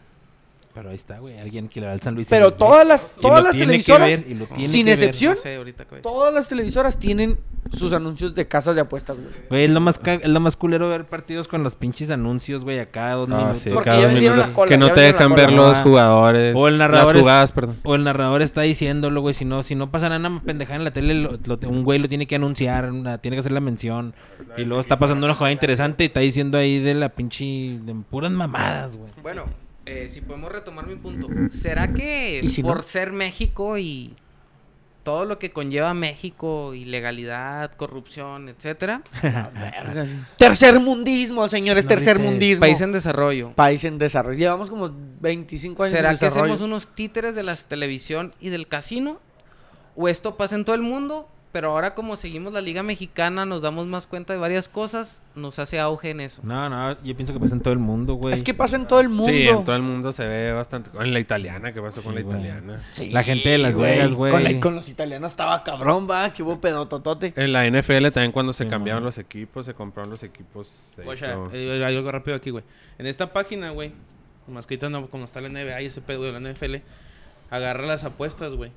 Pero ahí está, güey. Alguien que le va al San Luis. y Pero lo- todas las, y lo todas las tiene que televisoras, ver, y lo tiene sin que ver. excepción, No sé, ahorita qué voy a decir. todas las televisoras tienen sus anuncios de casas de apuestas, güey. Güey, es lo más, ca- es lo más culero ver partidos con los pinches anuncios, güey, acá dos Ah, minutos. sí, Porque cada ya dos vendieron minutos. la cola, que no ya te vendieron dejan la ver cola. los Ah. jugadores. O el narrador es- Las jugadas, perdón. O el narrador está diciéndolo, güey. Si no, si no pasa nada, una pendejada en la tele, lo- lo- un güey lo tiene que anunciar, una- tiene que hacer la mención. Y luego está pasando una jugada interesante y está diciendo ahí de la pinche. de puras mamadas, güey. Bueno, eh, si podemos retomar mi punto. ¿Será que ¿Y si por no? ser México y todo lo que conlleva México, ilegalidad, corrupción, etcétera, Verga, sí. Tercer mundismo, señores, No tercer grites. mundismo. país en desarrollo, País en desarrollo. Llevamos como 25 años ¿será en que desarrollo. hacemos unos títeres de la televisión y del casino? ¿O esto pasa en todo el mundo? Pero ahora como seguimos la Liga Mexicana, nos damos más cuenta de varias cosas, nos hace auge en eso. No, no, yo pienso que pasa en todo el mundo, güey. Es que pasa en todo el mundo. Sí, en todo el mundo se ve bastante. En la italiana, ¿qué pasó con Sí, la güey. italiana? Sí, La gente de Las Vegas, güey. Con, la- con los italianos estaba cabrón, va, que hubo pedototote. Eh, En la NFL también cuando se Sí, cambiaron mon. los equipos, se compraron los equipos. se Guacha, hizo- eh, hay algo rápido aquí, güey. En esta página, güey, más que ahorita no, como está la NBA y ese pedo de la NFL, agarra las apuestas, güey.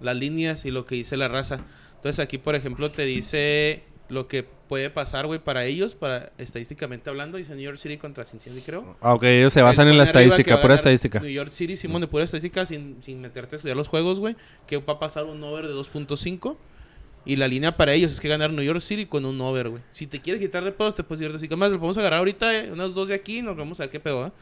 Las líneas y lo que dice la raza. Entonces aquí, por ejemplo, te dice lo que puede pasar, güey, para ellos, para estadísticamente hablando, dice New York City contra Cincinnati, creo. Ah, ok, ellos se basan Ahí en la pone arriba que va estadística, a pura ganar estadística. New York City, Simón, de pura estadística, sin, sin meterte a estudiar los juegos, güey, que va a pasar un over de 2.5. Y la línea para ellos es que ganar New York City con un over, güey. Si te quieres quitar de pedos, te puedes ir de cinco más. Lo podemos agarrar ahorita, eh, unos dos de aquí, y nos vamos a ver qué pedo, ¿ah?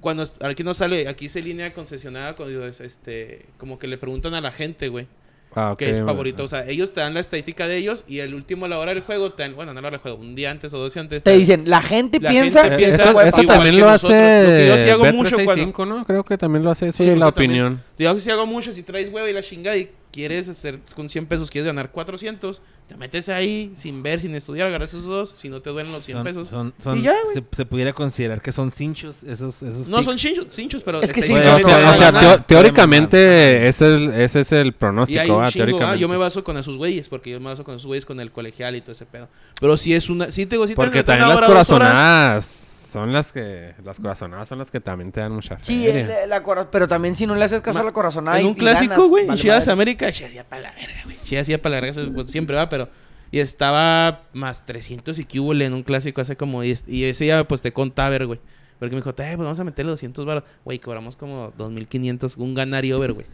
Cuando es- aquí no sale, aquí dice línea concesionada, cuando es, este, como que le preguntan a la gente, güey, Ah, ok. que es favorito. O sea, ellos te dan la estadística de ellos y el último a la hora del juego, te dan, bueno, no a la hora del juego, un día antes o dos días antes. Te dan- dicen, la gente eh, La piensa gente Eh, que piensa- ese Eso, güey eso igual también que lo nosotros. Lo que hace. yo sí hago Bet mucho 365, ¿no? Creo que también lo hace eso de Sí, la yo también. opinión. Yo que si hago mucho, si traes huevo y la chingada y quieres hacer con 100 pesos, quieres ganar 400, te metes ahí sin ver, sin estudiar, agarras esos dos, si no te duelen los 100 son, pesos. son- son- Y ya, güey. se, se pudiera considerar que son cinchos esos, esos no, son picks. chinchos, cinchos, pero... Es que este, Sí, Bueno, yo o te van sea, a o sea, ganar. teo- Puede mandar. teóricamente ese es, el, ese es el Y hay pronóstico, un ¿va? chingo, ah, teóricamente. yo me baso con esos güeyes, porque yo me baso con esos güeyes con el colegial y todo ese pedo. Pero si es una... Si te digo, si te Porque metes también una las hora, dos horas, corazonadas son las que las corazonadas son las que también te dan mucha Sí, feria. el- la cora- pero también si no le haces caso Ma- a la corazonada. en y- un y clásico, ganas, güey, vale Chivas madre. América, Chivas ya para la verga, güey. Chivas ya para la verga, eso, pues, siempre va, pero... Y estaba más 300 y cúbole en un clásico hace como... diez- Y ese ya, pues, te contaba, ver, güey. Porque me dijo, "Eh, pues vamos a meterle 200 baros. Güey, cobramos como 2.500, un ganar y over, güey.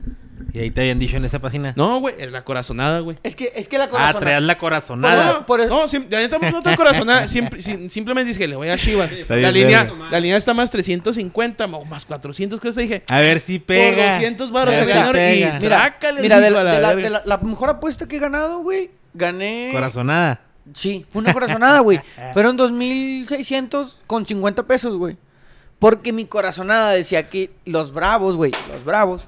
Y ahí te habían dicho en esa página. No, güey, es la corazonada, güey. Es que, es que la ah, corazonada. traías la No, corazonada. No, por eso. No, sim- la neta, pues, no tengo corazonada. Siempre, sim- simplemente dije, le voy a Chivas. la, bien, línea, verga. la línea está más 350, mo- más 400, creo que dije. A ver si Por pega. 200 baros A se ver si ganaron y pega. Mira, trácale, mira de, dijo, la, a la de la- verga. de la- la mejor apuesta que he ganado, güey, gané Corazonada. Sí, fue una corazonada, güey. Fueron 2.600 con 50 pesos, güey. Porque mi corazonada decía que los Bravos, güey, los Bravos,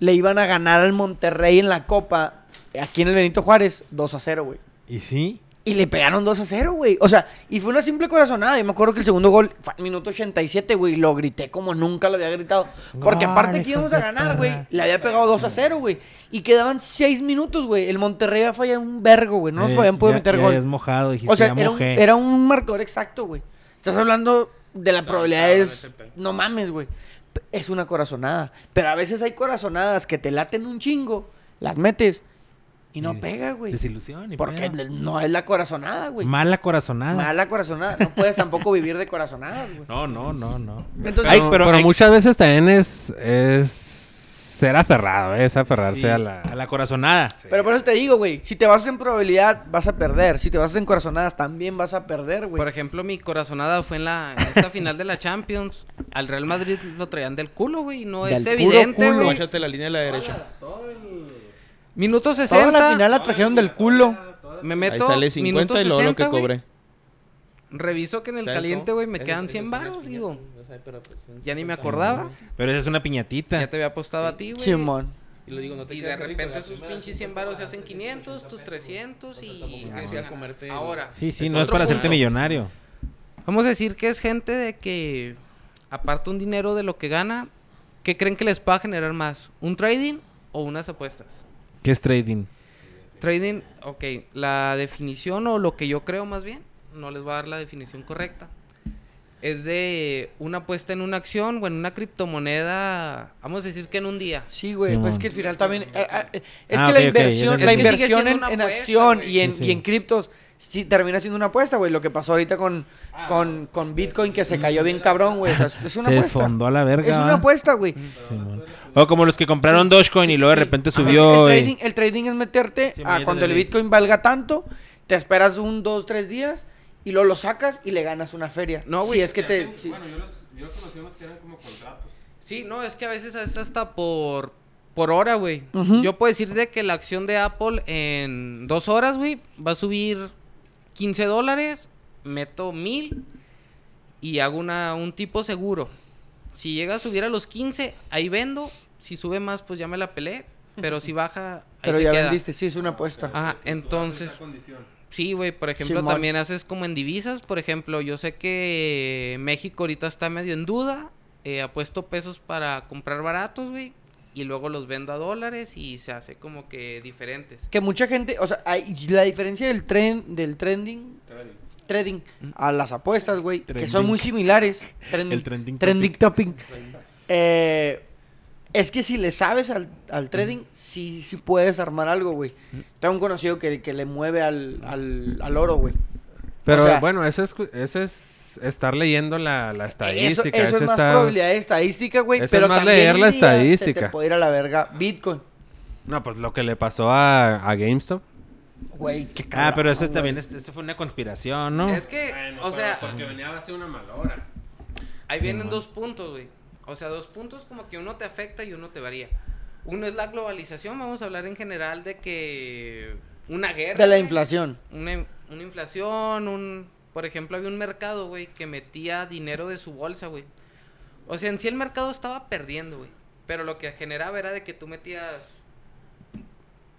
le iban a ganar al Monterrey en la Copa, aquí en el Benito Juárez, 2 a 0, güey. ¿Y sí? Y le pegaron 2 a 0, güey. O sea, y fue una simple corazonada. Yo me acuerdo que el segundo gol fue al minuto 87, güey. y Lo grité como nunca lo había gritado. Porque Gol, aparte que hijos íbamos a de ganar, perra. güey. Le había pegado 2 a 0, güey. Y quedaban 6 minutos, güey. El Monterrey había fallado un vergo, güey. No nos Eh, habían podido ya- meter ya gol. habías mojado, dijiste, O sea, ya era un, mojé. era un marcador exacto, güey. Estás hablando de la probabilidad cabrón es... ese pedo. No mames, güey. P- Es una corazonada. Pero a veces hay corazonadas que te laten un chingo, las metes y no Y pega, güey. Desilusión y Porque pedo. no es la corazonada, güey. Mala corazonada. Mala corazonada. No puedes tampoco vivir de corazonadas, güey. No, no, no, no. Entonces, Ay, pero pero- pero ay. muchas veces también es, es ser aferrado, ¿eh? es aferrarse Sí, a la... corazonada. pero pues, por eso te digo, güey. Si te basas en probabilidad, vas a perder. Si te basas en corazonadas, también vas a perder, Por güey. ejemplo, mi corazonada fue en la en esta final de la Champions. Al Real Madrid lo traían del culo, güey. No Del es puro evidente, culo. güey. Guáchate la línea de la derecha. Minuto Toda 60. la final la trajeron del culo. Me Ahí meto. sale minuto 50 y luego lo 60, que güey. cobré. Reviso que en el ¿Sabes caliente, cómo? güey, me Esas- quedan esas 100 son las baros, piñatas, digo. o sea, pero, pues, son- Ya ni me son- acordaba. Pero esa es una piñatita. Ya te había apostado a ti, güey. Simón. Y lo digo, no te Y de quedas rico, repente la sus primera pinches sí 100 baros se hacen 500, tus 300 y... tampoco crecí a comerte el- Ahora. Sí, sí, es no es otro para hacerte punto. millonario. Vamos a decir que es gente de que aparta un dinero de lo que gana. ¿Qué creen que les va a generar más? ¿Un trading o unas apuestas? ¿Qué es trading? Trading, ok, la definición o lo que yo creo más bien, no les voy a dar la definición correcta. Es de una apuesta en una acción o en una criptomoneda, vamos a decir que en un día. Sí, güey, Simón. pues es que al final también... eh, eh, eh, es Ah, que ok, la ok, inversión, ya la entendí. Es que sigue inversión siendo en, una en apuesta, acción güey. y en, Sí, sí. y en criptos sí termina siendo una apuesta, güey. Lo que pasó ahorita con, Ah, con, con Bitcoin que se cayó bien cabrón, güey. o sea, es una Se apuesta. desfondó a la verga. Es una ¿va? apuesta, güey. Sí, mon. o como los que compraron Dogecoin y luego de repente Ajá. subió. El eh. trading, el trading es meterte Sí, a mañana cuando el le di. Bitcoin valga tanto, te esperas un, dos, tres días y luego lo sacas y le ganas una feria. No, No, güey. güey. Si es que te... si- yo los, conocía unos que eran como contratos. Sí, no, es que a veces es hasta por, por hora, güey. Ujú. Yo puedo decir de que la acción de Apple en dos horas, güey, va a subir 15 dólares, meto mil y hago una, un tipo seguro. Si llega a subir a los 15, ahí vendo. Si sube más, pues ya me la pelé. Pero si baja, ahí Pero se ya queda. vendiste, sí, es una apuesta. Ajá, Ah, entonces... Sí, güey, por ejemplo, Simón. también haces como en divisas, por ejemplo, yo sé que México ahorita está medio en duda, eh, apuesto pesos para comprar baratos, güey, y luego los vendo a dólares y se hace como que diferentes. Que mucha gente, o sea, hay- la diferencia del tren, del trending, trading, a las apuestas, güey, que son Trending. muy similares. Trending, El trending topic. Eh, es que si le sabes al, al trading, sí, sí puedes armar algo, güey. Tengo un conocido que, que le mueve al, al, al oro, güey. Pero O sea- bueno, eso es, cu- eso es estar leyendo la, Eso, la estadística. eso es eso más está- probabilidad de estadística, güey. Eso es Pero más también leer un la día se te estadística. puede ir a la verga Bitcoin. No, pues lo que le pasó a, a GameStop. Güey, qué cabrón. Ah, pero eso güey. también es- eso fue una conspiración, ¿no? Es que, o sea, venía a ser una malora. ahí Sí, vienen man. dos puntos, güey. O sea, dos puntos como que uno te afecta y uno te varía. Uno es la globalización, vamos a hablar en general de que una guerra. De la güey. inflación. una, una inflación, un... Por ejemplo, había un mercado, güey, que metía dinero de su bolsa, güey. O sea, en sí el mercado estaba perdiendo, güey. Pero lo que generaba era de que tú metías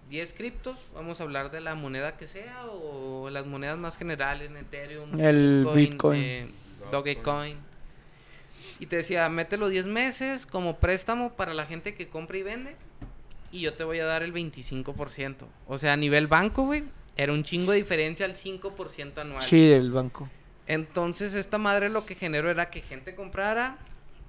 10 criptos, vamos a hablar de la moneda que sea, o las monedas más generales, en Ethereum, El Bitcoin. eh, Dogecoin. Y te decía, mételo 10 meses como préstamo para la gente que compra y vende y yo te voy a dar el 25%. O sea, a nivel banco, güey, era un chingo de diferencia al 5% anual. Sí, del banco. Entonces, esta madre lo que generó era que gente comprara,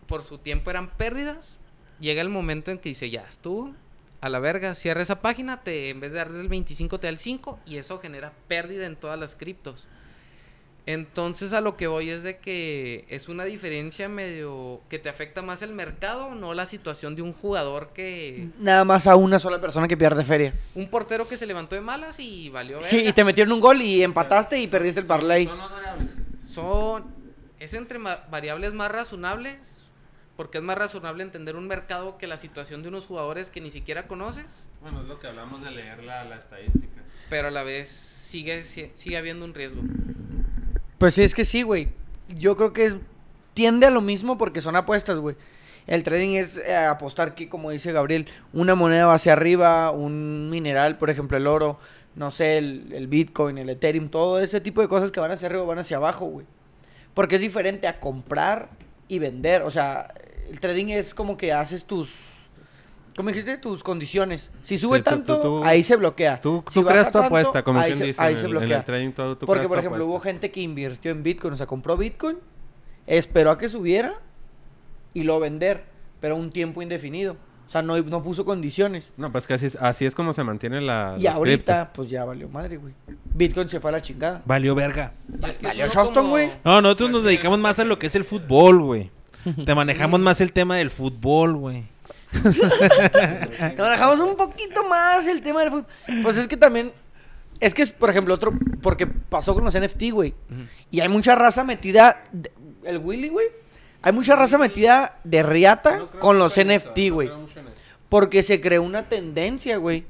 por su tiempo eran pérdidas. Llega el momento en que dice, ya estuvo, a la verga, cierra esa página, te, en vez de darle el 25, te da el 5 y eso genera pérdida en todas las criptos. Entonces, a lo que voy es de que es una diferencia medio que te afecta más el mercado, no la situación de un jugador que. Nada más a una sola persona que pierde feria. Un portero que se levantó de malas y valió Sí, verga. y te metieron un gol y empataste y perdiste el parlay. Son... Es entre ma- variables más razonables, porque es más razonable entender un mercado que la situación de unos jugadores que ni siquiera conoces, Bueno, es lo que hablamos de leer la, la estadística. pero a la vez sigue, si- sigue habiendo un riesgo. Pues sí, es que sí, güey. Yo creo que es- tiende a lo mismo porque son apuestas, güey. El trading es eh, apostar que, como dice Gabriel, una moneda va hacia arriba, un mineral, por ejemplo, el oro, no sé, el, el Bitcoin, el Ethereum, todo ese tipo de cosas que van hacia arriba van hacia abajo, güey. Porque es diferente a comprar y vender. O sea, el trading es como que haces tus... ¿Cómo dijiste? Tus condiciones. Si sube Sí, tú- tú- tanto, tú- ahí se bloquea. Tú, Si tú baja creas tu tanto, apuesta, como ahí quien se- dice. ahí en se el- en bloquea. el trading tú, tú Porque, creas por tu ejemplo, hubo apuesta. gente que invirtió en Bitcoin, o sea, compró Bitcoin, esperó a que subiera y lo vender, pero a un tiempo indefinido. O sea, no, no puso condiciones. No, pues que así, es- así es como se mantiene la. y las ahorita, criptos. pues ya valió madre, güey. Bitcoin se fue a la chingada. Valió verga. Y es que es valió uno Shoston, como- güey. No, nosotros nos dedicamos más a lo que es el fútbol, (laughs) güey. Te manejamos más el tema del fútbol, güey. Nos dejamos un poquito más el tema del fútbol. Pues es que también. Es que, es, por ejemplo, otro. Porque pasó con los NFT, güey. Ujú. Y hay mucha raza metida. de- el Willy, güey. Hay mucha raza metida de riata con los NFT, güey. Porque se creó una tendencia, güey.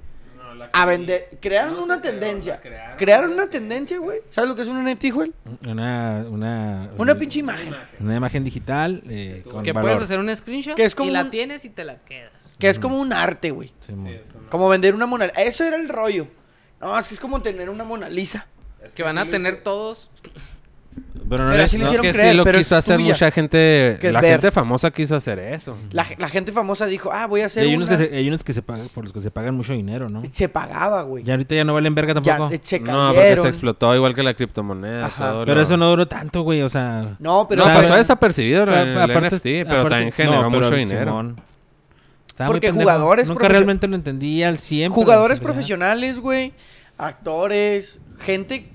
A vender. Crearon no se una creó, la tendencia. crearon. Crearon una tendencia, güey. ¿Sabes lo que es un NFT, güey? Una, una, Una pinche imagen. Una imagen digital eh, con Que valor. puedes hacer un screenshot Que es como y la un- tienes y te la quedas. Que es como un arte, güey. Sí, mo- Como vender una Mona Eso era el rollo. No, es que es como tener una Mona Lisa. que van a tener todos Pero no Pero le- sí lo no- No, es hicieron que creer, sí lo pero quiso es hacer tuya. mucha gente. Que es la ver. gente famosa quiso hacer eso. La, ge- la gente famosa dijo, ah, voy a hacer hay, unos una. que se, hay unos que se pagan, por los que se pagan mucho dinero, ¿no? se pagaba, güey. Ya ahorita ya no valen verga Ya, tampoco. eh, se No, porque cayeron. se explotó igual que la criptomoneda. Ajá. todo Pero lo- eso no duró tanto, güey, o sea... No, pero no, o sea, pasó pero- desapercibido el, a- el NFT, pero aparte- también generó no, pero mucho el dinero. Simón. Estaba Porque pendejo. jugadores Nunca profe- realmente lo entendí al 100. pero "Ah, jugadores en realidad- profesionales, güey, actores, gente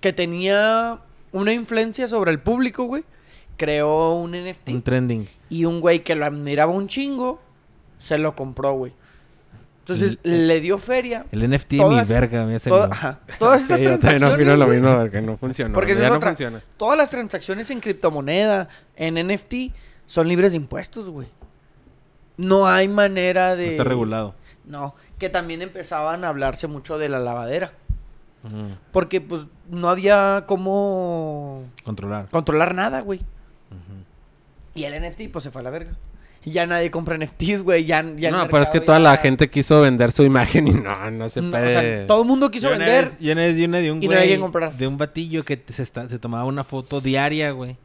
que tenía una influencia sobre el público, güey, creó un NFT Un trending. y un güey que lo admiraba un chingo se lo compró, güey. Entonces le dio feria. El NFT Todas- mi verga, me hace Toda- lo- (laughs) ajá, todas Sí, estas yo también transacciones, opino lo güey, mismo porque no funciona. porque esa ya es no otra. funciona. Todas las transacciones en criptomoneda, en NFT, son libres de impuestos, güey. No hay manera de. No está regulado. No, que también empezaban a hablarse mucho de la lavadera. Ujú. Porque pues no había cómo Controlar. controlar nada, güey. Ujú. Y el NFT pues se fue a la verga. Y ya nadie compra NFTs, güey. Ya, ya el no, pero es que mercado toda ya- la gente quiso vender su imagen y no, no se No, Mm, o puede. sea, todo el mundo quiso Yo una vender. vez- Yo una vez vi una de un y no hay güey, quien comprar. de un batillo que se, esta- se tomaba una foto diaria, güey.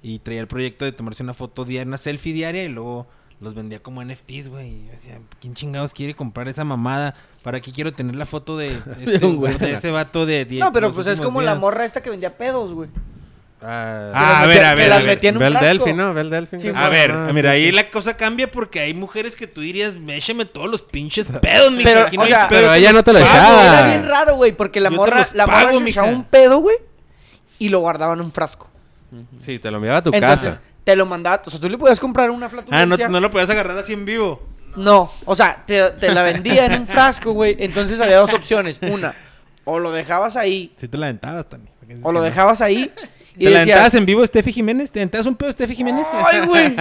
Y traía el proyecto de tomarse una foto diaria, una selfie diaria y luego los vendía como NFTs, güey. Y yo decía, ¿quién chingados quiere comprar esa mamamada? ¿Para qué quiero tener la foto (laughs) de, este- un güey. de ese vato de 10? No, pero pues es como la morra esta que vendía pedos, güey. Ah, Ah, a Que ver, las a metía- ver, que a las ver. metía en un Ve el frasco. Delphi, ¿no? Ve el Delphi. Sí, ¿no? A ver, Ah, mira, sí, ahí sí. la cosa cambia porque hay mujeres que tú dirías, échame todos los pinches pedos, mi Pero, o sea, Pero ella no te lo Pago, dejaba. Era bien raro, güey, porque la Yo te morra, los la pago, morra se mija. echaba un pedo, güey, y lo guardaba en un frasco. Sí, te lo enviaba a tu Entonces, casa. te lo mandaba, o sea, tú le podías comprar una Ah, no, flatulencia. no lo podías agarrar así en vivo. No, o sea, te, te la vendía en un frasco, güey. Entonces había dos opciones. Una, o lo dejabas ahí, Sí te la aventabas también. ¿para qué dices o lo que no? dejabas ahí y ¿Te la decías, aventabas en vivo, Steffi Jiménez? ¿Te aventabas un pedo, Steffi Jiménez? ay, güey.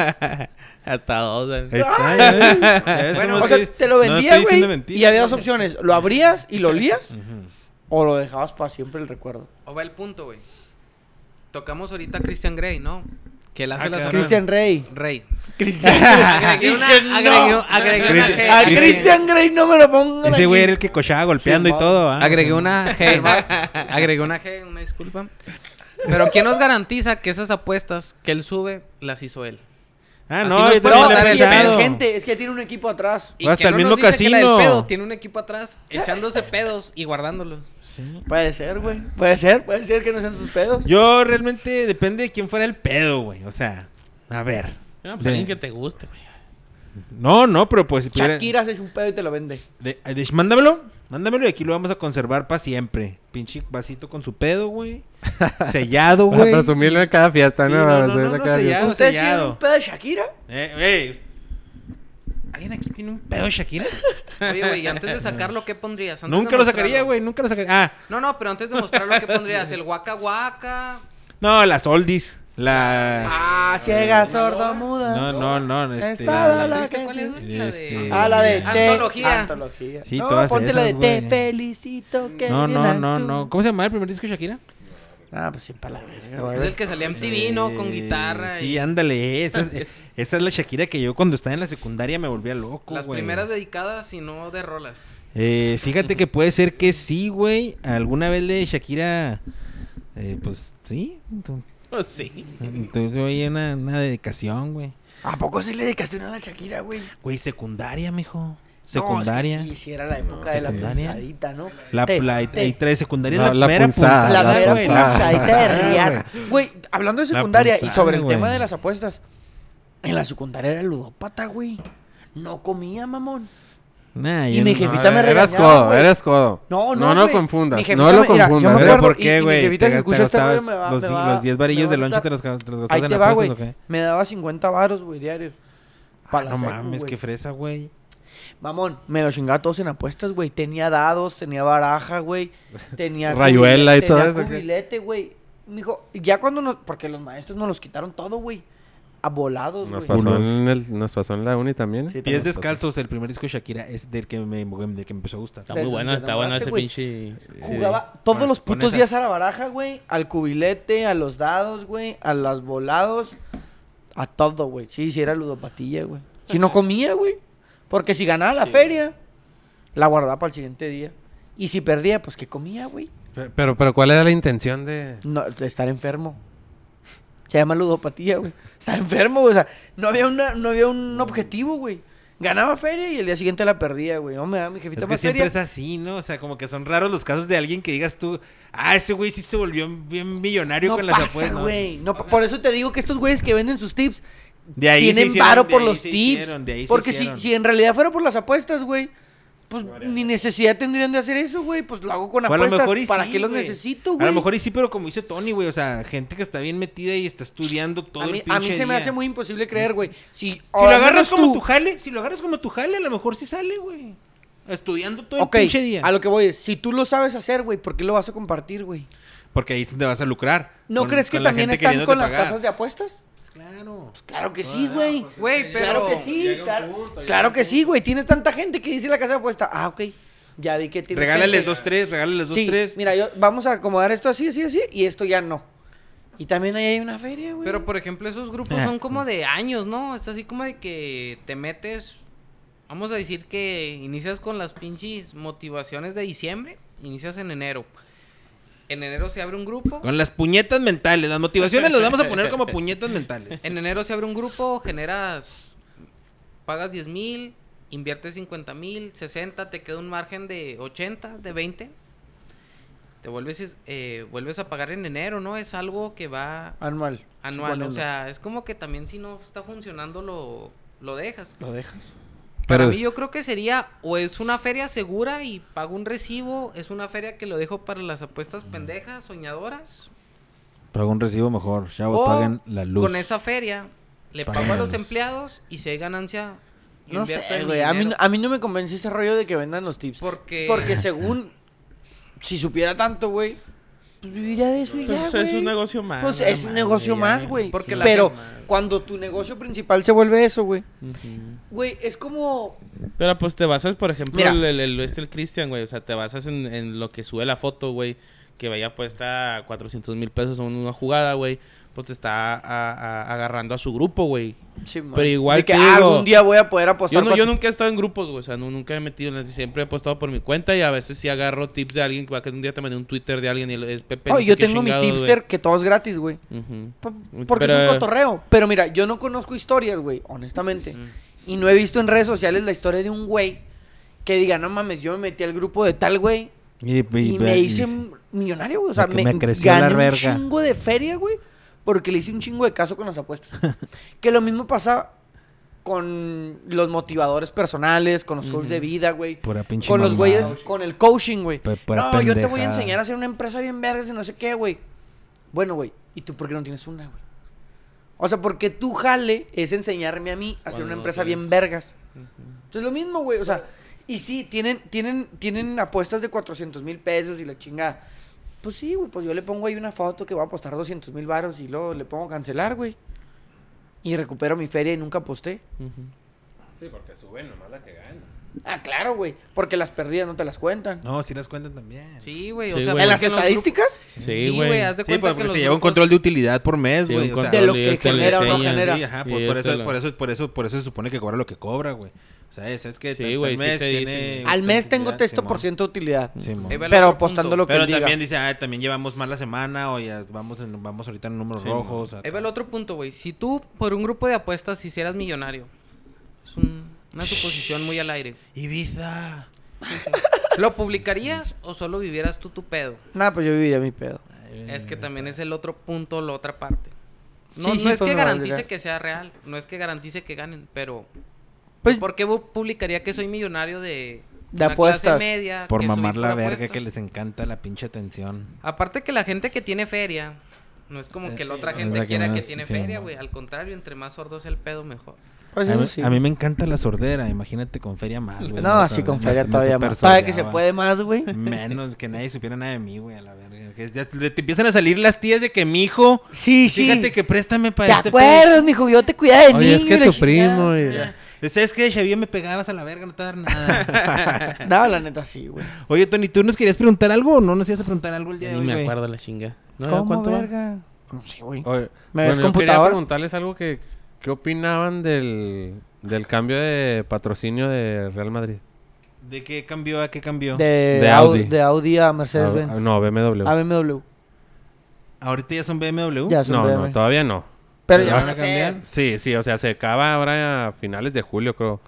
Hasta dos. eh. (laughs) Ahí está, ya ves. Ya ves Bueno, cómo O sea, estoy- te (laughs) lo no estoy vendía, diciendo güey. mentiras. y había dos opciones. Lo abrías y lo olías, o lo dejabas para siempre el recuerdo. O va el punto, güey. Tocamos ahorita a Christian Grey, ¿no? Que él hace Ah, las claro. Christian Christian Rey. (laughs) Grey. Cristian Agregué una, Dije, no. agregué, agregué una Christian- G. A agregué- Christian Grey no me lo pongan Ese güey aquí. era el que cochaba golpeando y Sí, todo, ¿ah? Agregué una (laughs) G. agregué una G, una disculpa. Pero ¿quién nos garantiza que esas apuestas que él sube las hizo él? Ah, Así no, nos yo Pero No, también podemos le he hacer el pensado. pedo. gente, es que tiene un equipo atrás. Y Fue hasta que el no nos mismo dice que la del casino. pedo tiene un equipo atrás echándose pedos y guardándolos. Puede ser, güey. Puede ser, puede ser que no sean sus pedos. Yo realmente depende de quién fuera el pedo, güey. O sea, a ver. Ah, pues De- alguien que te guste, güey. No, no, pero pues si pudiera- Shakira se echa un pedo y te lo vende. de- de- mándamelo, mándamelo y aquí lo vamos a conservar para siempre. Pinche vasito con su pedo, (laughs) güey. Sellado, güey. Para presumirlo en cada fiesta, Sí, ¿no? no, Para no, presumirlo no, en no, cada se fiesta. llama- ¿Ustedes sellado. tienen un pedo de Shakira? Eh, güey. ¿Alguien aquí tiene un pedo, Shakira? Oye, güey, y (laughs) antes de sacarlo, ¿qué pondrías? Antes de Nunca lo sacaría, mostrarlo. güey. Nunca lo sacaría. Ah, No, no, pero antes de mostrarlo, ¿qué pondrías? El guaca guaca. no, las oldies. La. Ah, ciega, sordo, No, muda. no, no. Este, Estaba la- la- ¿Viste cuál es, güey? La de- Este- Ah, la de te- Antología. Antología. Sí, no, todas ponte la de esas, te güey. felicito que No, bien no, no, actú- no. ¿Cómo se llama el primer disco de Shakira? Ah, pues sin palabras. Es el que salía en TV, ¿no? Con guitarra. Eh, Sí, y ándale. (laughs) Esa es, esa es la Shakira que yo cuando estaba en la secundaria me volvía loco, las güey. primeras dedicadas y no de rolas. Eh, fíjate que puede ser que sí, güey. Alguna vez de Shakira, eh, pues sí. tu- Pues sí. Entonces oí una, una dedicación, güey. ¿A poco sí le dedicaste una a la Shakira, güey? Güey, secundaria, mijo. No, Secundaria. sí, sí, sí, era la época de la secundaria. pulsadita, ¿no? La, Te- la, te- y tres secundaria No, es la, la mera punzada, punzada, Ah, la la mera güey, (laughs) punzada. pulsadita de punzada, Rihanna. Güey, hablando de La secundaria y punzada, sobre el güey. tema de las apuestas, en la secundaria era ludópata, güey. No comía, mamón. güey. Nah, Y yo mi no- jefe- No, Jefita me eras regañaba, codo, güey. eras codo. No, no, No, no güey. confundas, Mi jefita no lo me- mira, yo me confundas. ¿Pero acuerdo- por y- qué, y güey? mi jefita ¿Te que escucha gas- te este gastabas audio me va- los, me di- va- los 10 varillos me de va a lonche dar- te los, ga- te los gastabas Ahí en te va, apuestas güey. o qué? Ah, Me daba 50 varos, güey, diarios. Pa' la No secu, mames, güey. qué fresa, güey. Mamón, me lo chingaba todos en apuestas, güey. Tenía dados, tenía baraja, güey. (laughs) Tenía. Rayuela cubilete- y todo tenía eso, ¿qué? cubilete, güey. Mijo, ya cuando nos. Porque los maestros nos los quitaron todo, güey. A volados, Nos güey. pasó, Culos. en el- nos pasó en la uni también. Sí, Pies también. Descalzos, el primer disco de Shakira, es del que me, del que me empezó a gustar. Está muy buena, Te está bueno ese enamoraste, pinche. Jugaba todos Con- los con putos esa- días a la baraja, güey. Al cubilete, a los dados, güey. A los volados. A todo, güey. Sí, sí, era ludopatilla, güey. Si no comía, güey. Porque si ganaba la feria, la guardaba para el siguiente día. Y si perdía, pues que comía, güey. Pe- Pero, pero, ¿cuál era la intención de...? No, de estar enfermo. Se llama ludopatía, güey. (laughs) Estar enfermo, güey. O sea, no había, una, no había Mm. un objetivo, güey. Ganaba feria y el día siguiente la perdía, güey. Hombre, ah, mi jefita Es que más siempre feria. es así, ¿no? O sea, como que son raros los casos de alguien que digas tú, ah, ese güey sí se volvió bien millonario No con las pasa, apuestas. ¿no? güey. No pa- por eso te digo que estos güeyes que venden sus tips De ahí se tienen hicieron, varo de por ahí los se tips. hicieron, de ahí se porque si, hicieron. si en realidad fuera por las apuestas, güey, pues ni necesidad tendrían de hacer eso, güey. Pues lo hago con O a apuestas. lo mejor y ¿Para sí, qué los güey. necesito, güey? A lo mejor y sí, pero como dice Tony, güey, o sea, gente que está bien metida y está estudiando todo A el mí, pinche a mí se me día. hace muy imposible creer, güey. Si, Si lo agarras como tu jale, si lo agarras como tu jale, a lo mejor sí sale, güey. Estudiando todo Ok, el pinche día. a lo que voy es, si tú lo sabes hacer, güey, ¿por qué lo vas a compartir, güey? Porque ahí te vas a lucrar. ¿No Con- crees que con la también gente están queriéndote con las pagar. casas de apuestas? Pues claro. Pues claro que sí, güey. Güey, pero. Claro que sí, claro, claro que sí, güey. Tienes tanta gente que dice la casa de apuestas. Ah, ok. Ya vi que tienes Regálales gente. dos, tres, regálales dos, Sí, tres. Mira, yo, vamos a acomodar esto así, así, así, y esto ya no. Y también ahí hay una feria, güey. Pero por ejemplo, esos grupos son como de años, ¿no? Es así como de que te metes. Vamos a decir que inicias con las pinches motivaciones de diciembre, inicias en enero. En enero se abre un grupo. Con las puñetas mentales. Las motivaciones las vamos a poner (laughs) como puñetas mentales. En enero se abre un grupo, generas, pagas 10 mil, inviertes 50 mil, 60, te queda un margen de 80, de 20. Te vuelves, eh, vuelves a pagar en enero, ¿no? Es algo que va Anual. anual. suponiendo. O sea, es como que también si no está funcionando lo, lo dejas. Lo dejas. Para Pero- mí yo creo que sería o es una feria segura y pago un recibo, es una feria que lo dejo para las apuestas Mm. pendejas, soñadoras, Pago un recibo mejor. Chavos, Oh, o paguen la luz. Con esa feria le Paguen pago a la los luz. empleados y si hay ganancia No invierto sé, mi güey. A mí, no- dinero. a mí no me convence ese rollo de que vendan los tips. porque Porque según. Si supiera tanto, güey. Pues viviría de eso y ya. Pues es güey. un negocio más. Pues nada es un más, negocio ya. más, güey. Porque la- Pero cuando tu negocio principal se vuelve eso, güey. Ujú. Güey, es como. Pero pues te basas, por ejemplo, Mira. el, el, el, este, el Christian, güey. O sea, te basas en, en lo que sube la foto, güey. Que vaya puesta 400 mil pesos en una jugada, güey. Pues te está a- a- agarrando a su grupo, güey. Sí, man. Pero igual De que te "Ah, digo- algún día voy a poder apostar. Yo, no, yo cuatro-". nunca he estado en grupos, güey. O sea, no- nunca me he metido en las- Siempre he apostado por mi cuenta y a veces sí agarro tips de alguien. Que va que un día te mandé un Twitter de alguien y es Pepe. Oh, no sé yo qué tengo mi chingados, güey. tipster que todo es gratis, güey. Ujú. Pa- Uy, Porque es pero- eh, un cotorreo. Pero mira, yo no conozco historias, güey, honestamente. Y no he visto en redes sociales la historia de un güey que diga, no mames, yo me metí al grupo de tal güey Y, y- y, me y- hice millonario, güey. O sea, que me, me creció gané la verga. un chingo de feria, güey, porque le hice un chingo de caso con las apuestas. (laughs) que lo mismo pasa con los motivadores personales, con los coaches de vida, güey. Pura pinche Con los mamada. güeyes, con el coaching, güey. Pe- pura No, yo te voy a pendejada. enseñar a hacer una empresa bien vergas y no sé qué, güey. Bueno, güey, ¿y tú por qué no tienes una, güey? O sea, porque tú jale es enseñarme a mí a hacer Cuando una no empresa tienes. bien vergas. Entonces, lo mismo, güey. O sea, y sí, tienen, tienen, tienen apuestas de 400 mil pesos y la chingada. Pues sí, güey, pues yo le pongo ahí una foto que va a apostar 200 mil varos y luego le pongo cancelar, güey. Y recupero mi feria y nunca aposté. Sí, porque suben nomás la que gana. Ah, claro, güey, porque las perdidas no te las cuentan. No, si las cuentan también. Sí, Sí, güey. O Sí, sea, güey. ¿En porque las los estadísticas? grupos- Sí, Sí, güey. güey. Haz de pues, cuenta porque que los se lleva un grupos- control de utilidad por mes, Sí, güey. un o sea, de lo que este, le genera o no enseñan. genera. Sí, ajá, Y por, por este eso, la- por, eso, por, eso, por eso se supone que cobra lo que cobra, güey. O sea, es, es que Sí, tanto güey, al sí mes te tiene... dicen. Al mes tengo utilidad, texto Simón. por ciento de utilidad. Simón. Ahí va el Pero otro apostando punto. lo que Pero él diga. también dice, ah, también llevamos mal la semana o ya vamos, en- vamos ahorita en números Sí, rojos. o sea, Ahí va el otro punto, güey. Si tú por un grupo de apuestas hicieras millonario, es un- una suposición muy al aire. Ibiza. ¿Lo publicarías o solo vivieras tú tu pedo? Nada, pues yo viviría mi pedo. Es que también es el otro punto, la otra parte. No, Sí, no sí, es pues que me garantice valdría. que sea real, no es que garantice que ganen, pero Pues ¿por qué bu- publicaría que soy millonario de, De una apuestas. clase media? Por que subí mamar la verga apuestas? que les encanta la pinche atención. Aparte que la gente que tiene feria, no es como que Eh, la otra no. Es gente la que quiera que, más- tiene sí, feria, no. güey. Al contrario, entre más sordos el pedo, mejor. pues a, eso mí, sí. a mí me encanta la sordera, imagínate con feria más, güey. No, así con me- feria me todavía super más. Para que se sordeaba. puede más, güey. Menos que nadie supiera nada de mí, güey, a la verga. Que ya te, te empiezan a salir las tías de que mi hijo, Sí, sí. fíjate que préstame ¿Te para este acuerdas, mijo? Yo te cuidaba de mí. Oye, es que la tu chingada. primo. y- pedo. ¿Sabes qué, Xavier? Me pegabas a la verga, no te va a dar nada. (laughs) No, la neta sí, güey. Oye, Tony, ¿tú nos querías preguntar algo o no nos ibas a preguntar algo el día de Ni hoy, me güey? acuerdo la chinga. No, ¿Cómo, ¿cuánto va? verga? No sé, güey. Oye, ¿Me bueno, ves yo computadora? quería preguntarles algo que... ¿Qué opinaban del, del cambio de patrocinio de Real Madrid? ¿De qué cambió a qué cambió? De, de Au- Audi. de Audi a Ah, Mercedes-Benz. ah, no, BMW. A BMW. ¿Ahorita ya son BMW? Ya son no, BMW. no, todavía no. Pero ¿Ya ya van van a a ser. cambiar? Sí, sí, o sea, se acaba ahora a finales de julio, creo.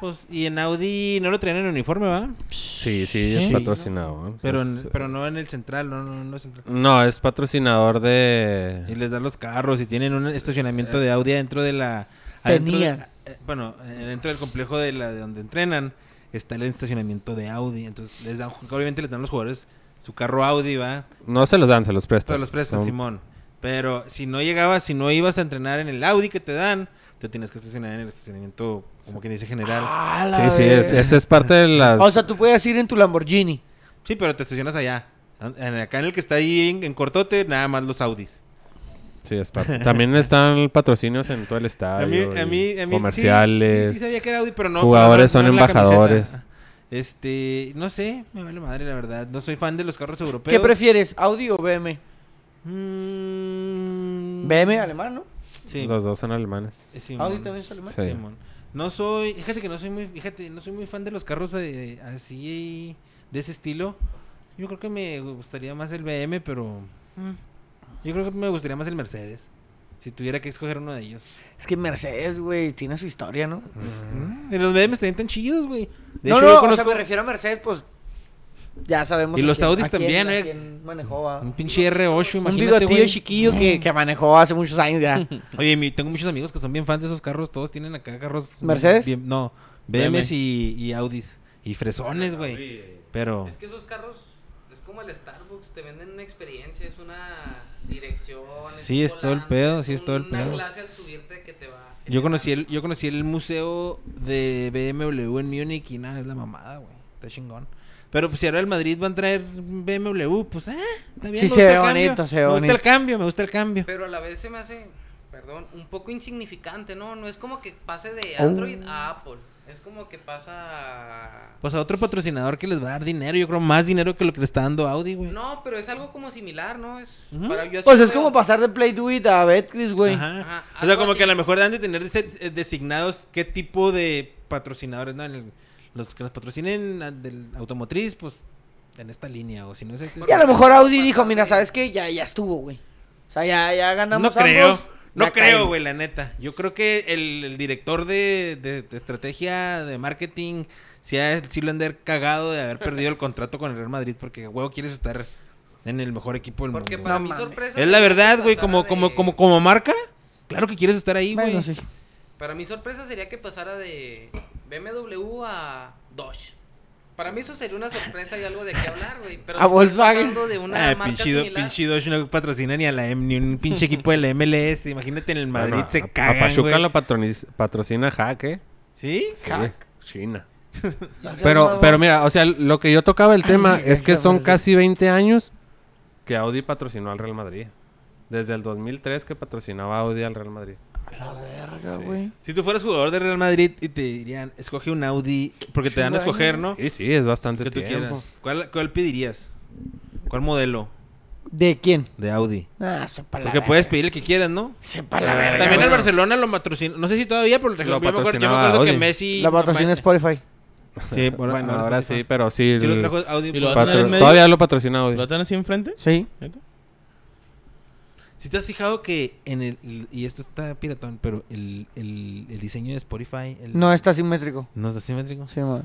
Pues, y en Audi no lo traían en uniforme, ¿va? Sí, sí, es Sí. patrocinado. ¿eh? Pero, Es- en- pero no en el central, no, no, no es central. No, es patrocinador Y de... les dan los carros y tienen un estacionamiento de Audi adentro de la... adentro de- Tenían. eh, bueno, eh, dentro del complejo de la de donde entrenan está el estacionamiento de Audi. Entonces, les dan, obviamente les dan a los jugadores su carro Audi, ¿va? No se los dan, se los prestan. Te los prestan, Son- Simón. Pero si no llegabas, si no ibas a entrenar en el Audi que te dan, te tienes que estacionar en el estacionamiento, como quien dice general. Ah, la Sí, sí, es, verga. ese es parte de las... O sea, tú puedes ir en tu Lamborghini. Sí, pero te estacionas allá. An- en- acá en el que está ahí en, en Cortote, nada más los Audis. Sí, es parte. También están patrocinios en todo el estadio. y comerciales. Sí, sí, sí sabía que era Audi, pero no. Jugadores pero no- no son en la camiseta. embajadores. Este, no sé, me vale madre la verdad. No soy fan de los carros europeos. ¿Qué prefieres, Audi o BM? Mm, BM alemán, ¿no? Sí. Los dos son alemanes. sí, Audi mon. también es alemán. Sí. Simón. No soy, fíjate que no soy muy, fíjate, no soy muy fan de los carros eh, así de ese estilo. Yo creo que me gustaría más el BM, pero mm, yo creo que me gustaría más el Mercedes. Si tuviera que escoger uno de ellos. Es que Mercedes, güey, tiene su historia, ¿no? Pues, mm, y los BM también tan chidos, güey. De no, hecho, no, yo o sea, conozco me refiero a Mercedes, pues ya sabemos. Y a los quién- Audis a quién- también, a eh. quién manejó a... un pinche R8, Un imagínate, bigotillo güey. chiquillo que, que manejó hace muchos (laughs) años ya. Oye, mi- tengo muchos amigos que son bien fans de esos carros. Todos tienen acá carros. bien- ¿Mercedes? bien- no, BMs y, y Audis. Y fresones, güey. Pero... Es que esos carros es como el Starbucks, te venden una experiencia, es una dirección. Sí, un es todo el volante, pedo, sí, es todo el una pedo. clase al subirte que te va. Yo conocí el, yo conocí el museo de BMW en Múnich y nada, es la mamada, güey. Está chingón. Pero pues si ahora el Madrid van a traer BMW, pues eh, está bien. Sí, me gusta se ve el cambio, bonito, se ve Me gusta el bonito. cambio, me gusta el cambio. Pero a la vez se me hace, perdón, un poco insignificante, ¿no? No es como que pase de Oh. Android a Apple. Es como que pasa. a- Pues a otro patrocinador que les va a dar dinero, yo creo más dinero que lo que le está dando Audi, güey. No, pero es algo como similar, ¿no? Es, Ujú. para- yo así Pues es lo como veo. pasar de Play Do It a Betcris, güey. Ajá, Ajá. O sea, Ah, algo como así. que a lo mejor han de tener dese- eh, designados qué tipo de patrocinadores, ¿no? En el- los que nos patrocinen ah, del automotriz, pues en esta línea, o si no es este. Y a lo mejor Audi dijo, mira, ¿sabes qué? Ya, ya estuvo, güey. O sea, ya, ya ganamos No creo. ambos, No la creo, caen. güey, la neta. Yo creo que el, el director de, de- de estrategia de marketing sí, ha- sí lo han de haber cagado de haber perdido el contrato con el Real Madrid porque, güey, quieres estar en el mejor equipo del Porque mundo. para No mi mames. sorpresa. Es la sería verdad, que güey, pasara como, como, de- como, como marca. Claro que quieres estar ahí, güey. Bueno, sí. Para mi sorpresa sería que pasara de BMW a Dodge. Para mí eso sería una sorpresa y algo de qué hablar, güey. Pero (laughs) A si estás Volkswagen. pasando De una Ah, marca pinche, Do- similar, pinche Dodge no patrocina ni a la M, ni un pinche equipo de la MLS. Imagínate en el Madrid Bueno, se a- a cagan, Pachuca güey. lo patroniz- patrocina Hack, ¿eh? ¿Sí? Sí, Hack. China. Ya se armó Pero, algo. pero mira, o sea, lo que yo tocaba el tema mira, es que esa son madre. casi 20 años que Audi patrocinó al Real Madrid. Desde el 2003 que patrocinaba Audi al Real Madrid. La verga, Sí. güey. Si tú fueras jugador de Real Madrid y te dirían, escoge un Audi, porque te dan a escoger, ¿no? Sí, sí, es bastante Que tú tiempo. quieras. ¿Cuál, ¿Cuál pedirías? ¿Cuál modelo ¿De quién? de Audi? Ah, sepa la Porque verga. puedes pedir el que quieras, ¿no? Sepa la verga. También güey. el Barcelona lo patrocinó. No sé si todavía, pero yo me acuerdo, yo me patrocinaba acuerdo que Audi. Messi. La patrocina Spotify. Sí, por- bueno, ahora sí, pero sí. Sí, lo el- trajo Audi. Y lo- Pat- en el patro- medio. Todavía lo patrocina Audi. ¿Lo tienen así enfrente? Sí. ¿Neta? Si te has fijado que en el. Y esto está piratón, pero el, el, el diseño de Spotify. el- No está simétrico. ¿No está simétrico. (laughs) Sí, man.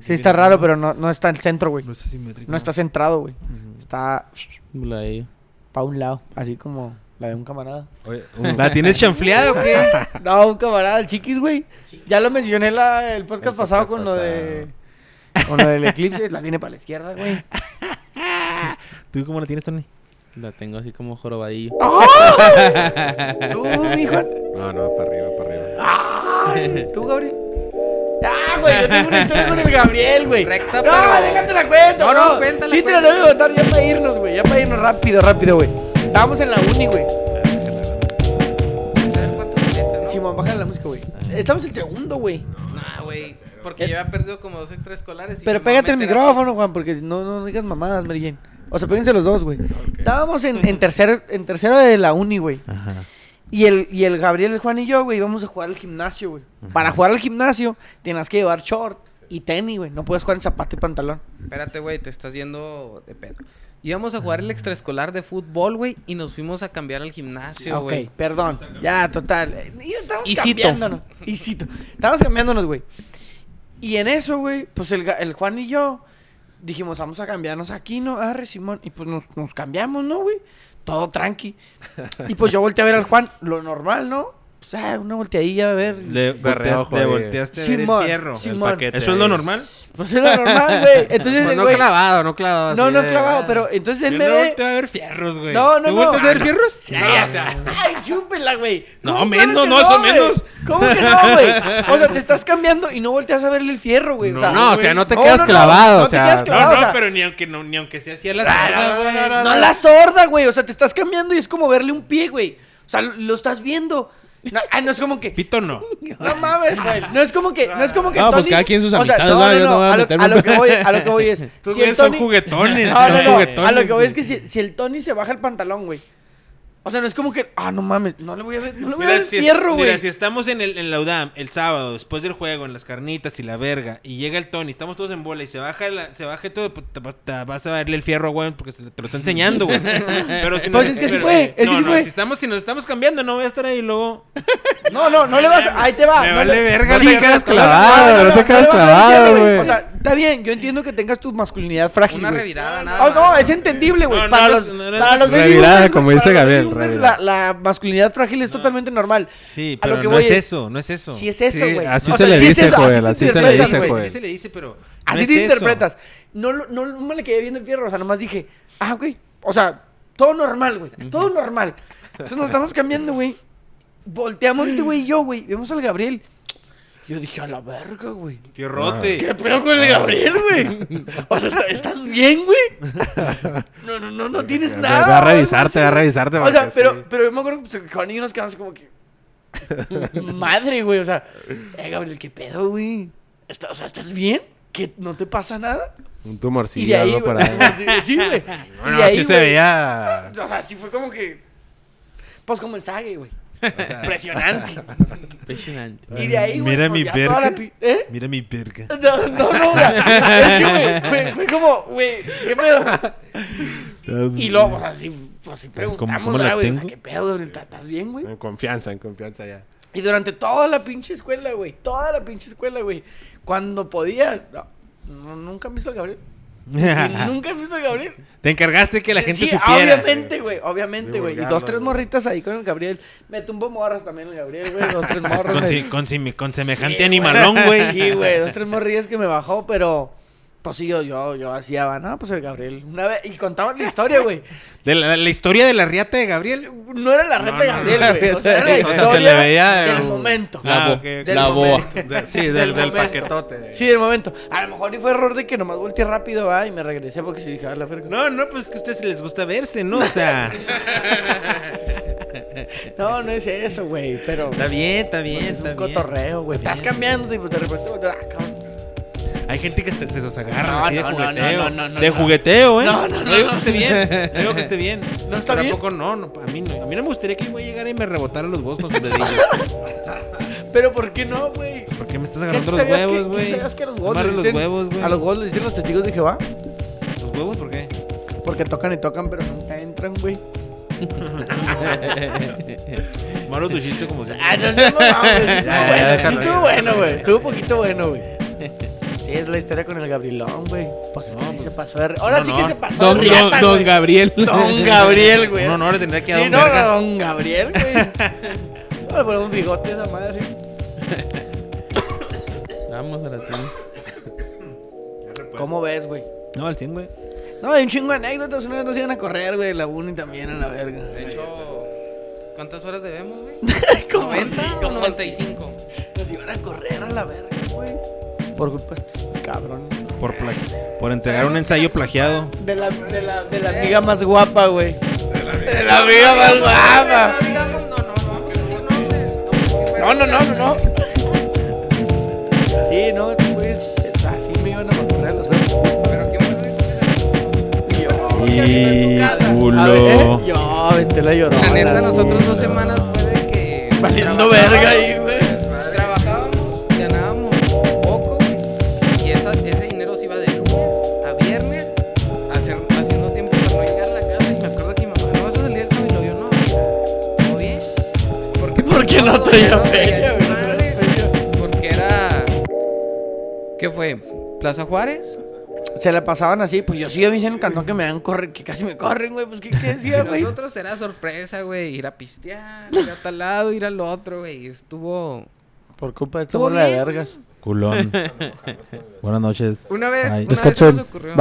Sí, está raro, pero no, no está en el centro, güey. No está simétrico. No está centrado, güey. Ujú. Está La de ella. para un lado, así como la de un camarada. Oye, uh, un- ¿La tienes chanfleada o qué? No, un camarada, el chiquis, güey. Ya lo mencioné la, el podcast El podcast pasado con lo de. Con lo del eclipse, la tiene para la izquierda, güey. ¿Tú cómo la tienes, Tony? La tengo así como jorobadillo. Tú, mijo. No, no, para arriba, para Ah, arriba. Ay, Tú, Gabriel. Ah, güey, yo tengo una historia con el Gabriel, güey. Recta, no, pero- déjate la cuento, No, no, bro. cuéntala, Sí, te la cuéntala. tengo que contar ya para irnos, güey. Ya para irnos rápido, rápido, güey. Estábamos en la uni, güey. ¿Sabes cuántos semestres, no? Simón, baja la música, güey. Estamos el segundo, güey. Nah, güey. Porque yo había perdido como dos extraescolares. y Pero me voy a pégate el meter a- micrófono, Juan, porque no, no digas mamadas, Mary Jane. O sea, péguense los dos, güey. Estábamos en, en tercero, en tercero de la uni, güey. Ajá. Y el, y el Gabriel, el Juan y yo, güey, íbamos a jugar al gimnasio, güey. Para jugar al gimnasio, tenías que llevar short y tenis, güey. No puedes jugar en zapato y pantalón. Espérate, güey, te estás yendo de pedo. Íbamos a jugar el extraescolar de fútbol, güey, y nos fuimos a cambiar al gimnasio, Ah, ok, güey. perdón. Ya, total. Eh, y Estamos Y cito. cambiándonos. Y cito. Estamos cambiándonos, güey. Y en eso, güey, pues el, ga- el Juan y yo dijimos, vamos a cambiarnos aquí, ¿no? Arre, Simón. Y pues nos, nos cambiamos, ¿no, güey? Todo (laughs) tranqui. Y pues yo volteé a ver al Juan, lo normal, ¿no? Pues, ah, una volteadilla a ver. Le De volteaste, reojo, le ahí. volteaste a ver el Simón, fierro. Simón. ¿Eso es lo normal? Pues es lo (laughs) normal, güey. Entonces, el Pues no güey... clavado, no clavado. No, así no de- "Ah". clavado, pero entonces Yo él me no ve... volteo a ver fierros, güey. No, no, ¿Tú no. volteas a ver Ah, no. fierros? Ya, o sea, Ay, chúpela, güey. No, ¿Cómo menos, que no, eso güey? menos. ¿Cómo que no, (laughs) güey? O sea, te estás cambiando y no volteas a verle el fierro, güey. No, no, o sea, no te quedas clavado, No, o te sea, quedas No, clavado, no, o sea, Ah, pero ni aunque, no, ni aunque sea así a la no, cerda, güey. no la sorda, güey. O sea, te estás cambiando y es como verle un pie, güey. O sea, lo, lo estás viendo. No, ah, no es como que. Pito (laughs) no. No mames, güey. No es como que. No es como que. No, pues Tony- cada quien o sus sea, amistades, no, ¿no? no, Yo no no. voy a A lo- meterme a lo en- que voy, a lo que voy es. Estos Si el güeyes son Tony- juguetones. No, son no, no. juguetones, A lo que voy es que güey. si, si el Tony se baja el pantalón, güey. O sea, no es como que. Ah, no mames. No le voy a ver. No le voy a Mira, ver el si es- fierro, güey. Mira, si estamos en, el, en la UDAM el sábado, después del juego, en las carnitas y la verga, y llega el Tony, estamos todos en bola y se baja, la, se baja todo, pues, te, vas- te vas a verle el fierro, güey, porque se- te lo está enseñando, (laughs) güey. Pero si Pues es que sí pero- fue, es que no, sí no, fue. Si, estamos, si nos estamos cambiando, no voy a estar ahí luego. No, no, no le vas. Ahí te va. Me no vale le- verga, No te güey. quedas No, no, clavado, no te le quedas vas a clavado, decir, güey. O sea, está bien, yo entiendo que tengas tu masculinidad frágil. una güey. revirada, nada. Oh, no, más. es entendible, güey. No, no para, eres- los, no eres- para los baby Revirada, boomers, güey, como para dice los baby Gabriel, boomers, revirada. La, la masculinidad frágil es totalmente normal. Sí, A lo pero que no voy es es- eso, no es eso. Si es eso, Sí, güey. así O se sea, le sí es dice, eso, Joel, así te se le interpretas, dice, güey. Joel. Sí se le dice, pero. Así no te es eso. interpretas. No, lo- no, no me le quedé viendo el fierro, o sea, nomás dije, ah, ok. O sea, todo normal, güey. Todo normal. Entonces nos estamos cambiando, güey. Volteamos este güey y yo, güey. Vemos al Gabriel. Yo dije, a la verga, güey. Fierrote. ¿Qué pedo con el Gabriel, Ah. güey? O sea, ¿está- ¿estás bien, güey? No, no, no, no tienes Te nada. va a revisar, te va a güey. revisarte. O sea, pero, pero yo me acuerdo que pues, con ellos nos quedamos como que. Madre, güey. O sea, eh, Gabriel, ¿qué pedo, güey? Está- O sea, ¿estás bien? ¿Que no te pasa nada? Un y de tumorcillo, ahí, algo güey. (laughs) por ahí. Sí, güey. Y Bueno, de ahí, así se güey, veía. O sea, sí fue como que. Pues como el sague, (laughs) güey. Impresionante. Impresionante. Y de ahí, güey. Mira pues, mi ya toda la verga. pi- ¿Eh? Mira mi perca. No, no, no, güey. Es que, güey, fue, fue como, güey, ¿qué pedo? Y luego, o sea, sí, pues sí preguntamos, ¿Cómo- cómo la ¿verdad, güey, o sea, tengo? ¿qué pedo? güey? ¿Estás estás bien, güey? En confianza, en confianza ya. Y durante toda la pinche escuela, güey, toda la pinche escuela, güey, cuando podía, no, no, nunca he visto a (laughs) Gabriel. Nunca he visto a Gabriel. Te encargaste que la gente sí, supiera. obviamente, güey, obviamente, güey. Y dos, Divulgarlo, tres güey. morritas ahí con el Gabriel. Me tumbó morras también el Gabriel, güey, dos, (laughs) tres morras. Pues Con, güey. si- con si- con semejante Sí, animalón, güey. (laughs) Sí, güey, dos, tres morrillas que me bajó, pero. Pues sí, yo, yo, yo hacía, va, no, pues el Gabriel. Una vez, y contaban la historia, güey. De la, la historia de la riata de Gabriel. no era la reta de Gabriel, no, güey. no, o sea, era la o sea, se historia le veía, del eh, momento. Ah, La, bo- ok, ok. la Del boa. momento. De- sí, del, del momento. paquetote. de- Sí, del momento. A lo mejor y fue error de que nomás volteé rápido, ah, y me regresé porque se dije, a la verga. No, no, pues es que a ustedes les gusta verse, ¿no? O sea, No, no es eso, güey, pero... (laughs) está bien, está bien, Es está bien. un cotorreo, güey. Estás Bien. cambiando y pues de repente... Ah, cabrón. Hay gente que hasta se los agarra No, así de no, no, jugueteo. no, no, no, de no. jugueteo, ¿eh? No, no, no, digo no. que esté bien. No digo que esté bien. No está Pero bien. Tampoco, no, no, a mí no. A mí no me gustaría que yo llegara y me rebotara los huevos con (laughs) sus dedillos. Pero ¿por qué no, güey? ¿Por qué me estás ¿Qué agarrando los sabías que- huevos, qué güey? sabías que a los huevos Amarra le los dicen- huevos, güey. A los huevos le dicen los testigos de Jehová ¿Los huevos por qué? porque tocan y tocan, pero nunca entran, güey. Maro tu chiste (laughs) como si... Ah, no sé, mamá, güey. Sí estuvo Ya, ya, bueno, sí déjalo estuvo ir. bueno, güey. Estuvo poquito bueno, güey. Sí, es la historia con el Gabrielón, güey. Pues es que No, sí pues, se pasó de... re- Ahora no, sí que no. se pasó Don, de riata, don, don güey. Gabriel. Don Gabriel, güey. Un honor tendría que Sí, dar un no, verga. don Gabriel, güey. Ahora le ponemos bigote a esa madre. Vamos a la tienda. ¿Cómo ves, güey? Pues. No, al 100, güey. No, hay un chingo de anécdotas. Una vez nos iban a correr, güey. La uni también a la verga. De hecho, ¿cuántas horas debemos, güey? (laughs) ¿Cómo así? ¿90 o ¿Cómo así? 95? Nos iban a correr a la verga, güey. Por culpa de estos cabrones. Por, plagi- por entregar un ensayo plagiado. De la, de la, de la amiga más guapa, güey. De la amiga más guapa. No, digamos, no, no, no vamos a decir nombres. vamos a decir No, no, no, vergüenza. no, no. Sí, no, pues así me iban a correr los güeyes. Pero qué bueno Yo. Y A ver, culo. ¿eh? Yo, vente la llorona. La neta, nosotros dos no semanas fue de que. Valiendo trabajábamos, verga ahí, güey. Trabajábamos, ganábamos poco, güey. Y esa- ese dinero se iba de lunes a viernes, hacer, haciendo tiempo para no llegar a la casa. Y me acuerdo que mi mamá, ¿no vas a salir el sábado? Y yo, no, güey. ¿Todo bien? Porque, ¿Por qué no porque traía no feria, güey? No traía madre, feria. Porque era. ¿Qué fue? ¿Plaza Juárez? Se la pasaban así, pues yo sí me hice en el cantón que me dan correr, que casi me corren, güey, pues qué, qué decía, güey. Nosotros era sorpresa, güey, ir a pistear, ir a tal lado, ir al otro, güey. Estuvo. Por culpa de esta Estuvo bola de bien, (laughs) vergas. Culón. Buenas noches. Una vez, Ay. una vez se Descansen. nos ocurrió.